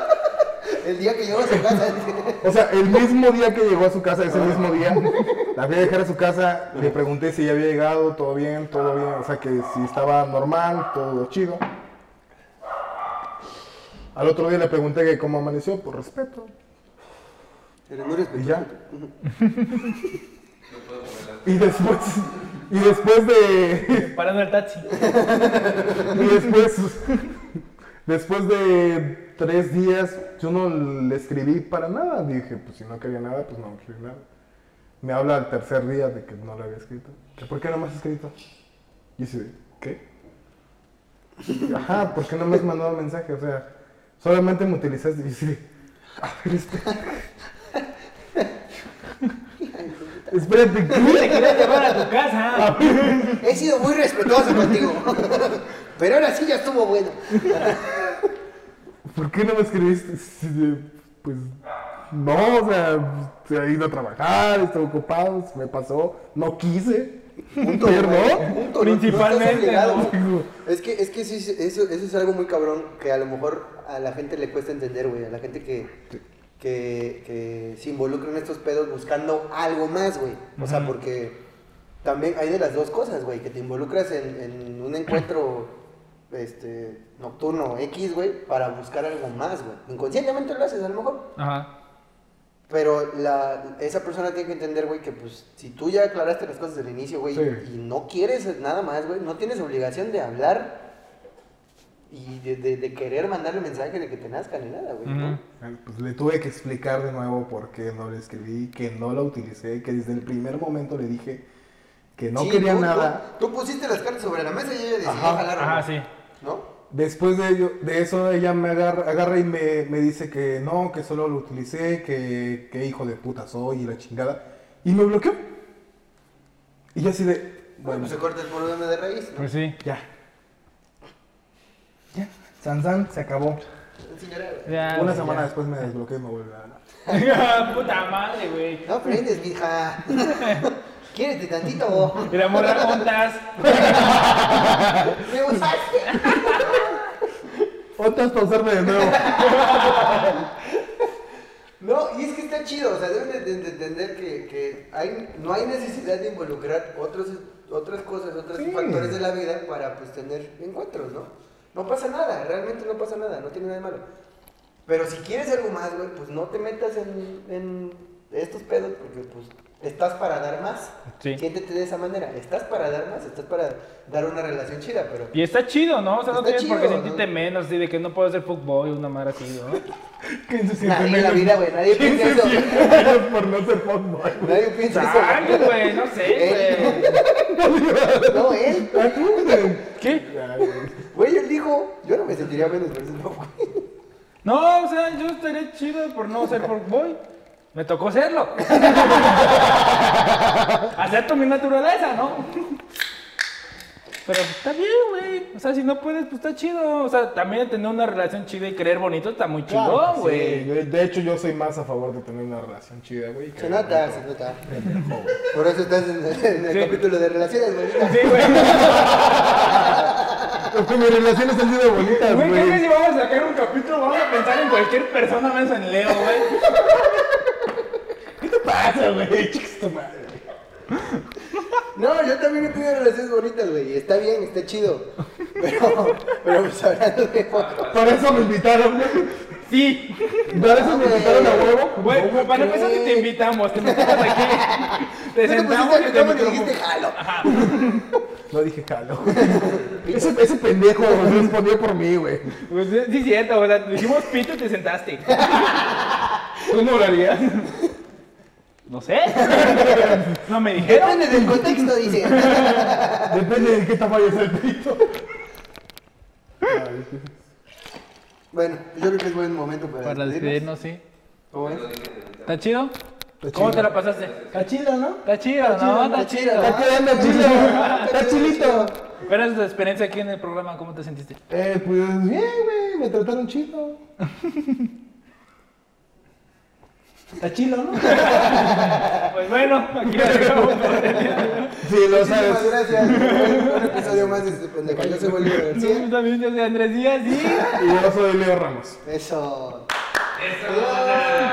Speaker 1: El día que llegó a su casa, dice,
Speaker 4: O sea, el mismo día que llegó a su casa, ese mismo día, la fui a dejar a su casa, le pregunté si ya había llegado, todo bien, todo bien, o sea, que si estaba normal, todo chido. Al otro día le pregunté que cómo amaneció, por respeto,
Speaker 1: Eres muy
Speaker 4: y
Speaker 1: respetuoso.
Speaker 4: ya. Y después, y después de,
Speaker 2: Parando el taxi.
Speaker 4: y después, después de tres días, yo no le escribí para nada, dije, pues si no quería nada, pues no escribí nada. Me habla al tercer día de que no lo había escrito. Que, ¿Por qué no me has escrito? Y dice, ¿qué? Ajá, ¿por qué no me has mandado mensaje? O sea, solamente me utilizaste. Y dice, "Ah, este-". a ver, espérate. espérate,
Speaker 2: Te
Speaker 4: ¿qué?
Speaker 2: quería llevar a tu casa.
Speaker 1: He sido muy respetuoso contigo. Pero ahora sí ya estuvo bueno.
Speaker 4: ¿Por qué no me escribiste? Sí, sí, Pues no, o sea, se ha ido a trabajar, estoy ocupado, se me pasó, no quise.
Speaker 1: Punto, güey. Punto, no-
Speaker 4: Perdón.
Speaker 1: no estás
Speaker 2: Principalmente,
Speaker 1: obligado.
Speaker 2: ¿no?
Speaker 1: Es que, es que sí, sí, eso, eso es algo muy cabrón que a lo mejor a la gente le cuesta entender, güey. A la gente que, que, que se involucra en estos pedos buscando algo más, güey. O sea, porque también hay de las dos cosas, güey. Que te involucras en, en un encuentro este, nocturno X, güey, para buscar algo más, güey. Inconscientemente lo haces, a lo mejor.
Speaker 2: Ajá.
Speaker 1: Pero la, esa persona tiene que entender, güey, que pues si tú ya aclaraste las cosas del inicio, güey,
Speaker 4: Sí.
Speaker 1: y no quieres nada más, güey, no tienes obligación de hablar y de, de- de querer mandarle mensaje de que te nazca ni nada, güey, ¿no?
Speaker 2: Ujú.
Speaker 4: Pues le tuve que explicar de nuevo por qué no le escribí, que no la utilicé, que desde el primer momento le dije que no
Speaker 1: Sí,
Speaker 4: quería
Speaker 1: tú-
Speaker 4: nada.
Speaker 1: Tú, tú pusiste las cartas sobre la mesa y ella decidió
Speaker 4: Ajá,
Speaker 1: jalar,
Speaker 2: Ajá,
Speaker 1: güey,
Speaker 2: sí.
Speaker 1: ¿no?
Speaker 4: Después de, ello, de eso ella me agarra, agarra y me, me dice que no, que solo lo utilicé, que, que hijo de puta soy y la chingada. Y me bloqueó. Y yo así de,
Speaker 1: Bueno,
Speaker 4: bueno,
Speaker 1: pues se corta el problema de raíz, ¿no?
Speaker 2: Pues sí.
Speaker 4: ya. Ya, San San se acabó.
Speaker 1: Sí, era, güey.
Speaker 2: Ya,
Speaker 4: Una
Speaker 2: güey,
Speaker 4: semana
Speaker 2: ya.
Speaker 4: después me desbloqueé y me volvió a...
Speaker 2: Puta madre, güey.
Speaker 1: No aprendes, mija. Quiérete tantito.
Speaker 2: Y la morra juntas.
Speaker 1: Me usaste.
Speaker 4: Otras pausarme de nuevo.
Speaker 1: No, y es que está chido, o sea, deben de, de- de entender que, que hay, no hay necesidad de involucrar otros, otras cosas, otros
Speaker 4: Sí.
Speaker 1: factores de la vida para pues tener encuentros, ¿no? No pasa nada, realmente no pasa nada, no tiene nada de malo. Pero si quieres algo más, güey, pues no te metas en, en estos pedos porque pues estás para dar más.
Speaker 2: Sí.
Speaker 1: Siéntete de esa manera, estás para dar más, estás para dar una relación chida, pero...
Speaker 2: Y está chido, ¿no? O sea, no
Speaker 1: Está
Speaker 2: tienes por qué
Speaker 1: chido,
Speaker 2: sentirte
Speaker 1: ¿no?
Speaker 2: menos, así de que no puedo ser fuckboy o una madre así, ¿no?
Speaker 4: ¿Quién se siente
Speaker 1: Nadie en la
Speaker 4: menos?
Speaker 1: vida, güey, nadie
Speaker 4: ¿Quién
Speaker 1: piensa
Speaker 4: se
Speaker 1: eso.
Speaker 4: siente menos por no ser fuckboy?
Speaker 1: Nadie piensa eso.
Speaker 2: Ay,
Speaker 1: güey.
Speaker 2: güey, no sé,
Speaker 1: Él. No, él.
Speaker 4: ¿A ¿Ah, tú, güey?
Speaker 2: güey. ¿Qué?
Speaker 4: Ay, güey.
Speaker 1: Güey, él dijo, yo no me sentiría menos por eso, no, güey.
Speaker 2: No, o sea, yo estaría chido por no ser fuckboy. Me tocó serlo. Acepto mi naturaleza, ¿no? Pero pues, está bien, güey. O sea, si no puedes, pues está chido. O sea, también tener una relación chida y creer bonito está muy chido,
Speaker 4: Claro que
Speaker 2: güey.
Speaker 4: sí, yo- De hecho, yo soy más a favor de tener una relación chida, güey. que-
Speaker 1: Se nota, se nota. Por eso estás en, en el
Speaker 2: Sí.
Speaker 1: capítulo de relaciones, güey.
Speaker 2: Sí, güey.
Speaker 4: Mis relaciones han sido bonitas,
Speaker 2: Güey, creo que
Speaker 4: güey.
Speaker 2: si vamos a sacar un capítulo, vamos a pensar en cualquier persona menos en Leo, güey.
Speaker 4: ¿Qué te pasa, güey? Chicas, tu madre.
Speaker 1: No, yo también he tenido relaciones bonitas, güey. y Está bien, está chido. Pero, pero pues hablando de poco.
Speaker 4: Por eso me invitaron, güey.
Speaker 2: Sí.
Speaker 4: ¿Para eso
Speaker 1: Ah,
Speaker 4: me invitaron a huevo?
Speaker 2: Güey, para empezar que te invitamos, te metemos aquí. Te
Speaker 1: Tú te
Speaker 2: sentamos
Speaker 1: pusiste
Speaker 2: y
Speaker 1: el
Speaker 2: te
Speaker 1: micrófono y
Speaker 2: este micrófono.
Speaker 1: dijiste jalo.
Speaker 7: No dije jalo.
Speaker 4: Ese, ese pendejo respondió por mí, güey.
Speaker 2: Pues sí, sí es cierto, o sea, dijimos pito y te sentaste. ¿Tú no hablarías? No sé. No me dijeron.
Speaker 1: Depende del contexto, dice.
Speaker 7: Depende de qué tamaño es el pito.
Speaker 1: Bueno, yo creo que es buen momento para,
Speaker 2: Para despedirnos, sí.
Speaker 1: ¿Cómo es?
Speaker 2: ¿Está chido? ¿Cómo te la pasaste?
Speaker 4: Está chido, ¿no?
Speaker 2: Está chido, ¿no? Está chido.
Speaker 4: Está quedando chido. Está chilito.
Speaker 2: ¿Cuál es tu experiencia aquí en el programa? ¿Cómo te sentiste?
Speaker 4: Eh, pues bien, güey. Me trataron chido. Está chido, ¿no?
Speaker 2: Pues bueno, aquí la dejamos por el día.
Speaker 4: Sí, lo sabes.
Speaker 1: Muchísimas gracias. Un un episodio más de este pendejo. Yo soy Bolívar
Speaker 2: Yo
Speaker 1: García.
Speaker 2: también yo soy Andrés Díaz y...
Speaker 7: Y yo soy Leo Ramos.
Speaker 1: Eso.
Speaker 3: Eso.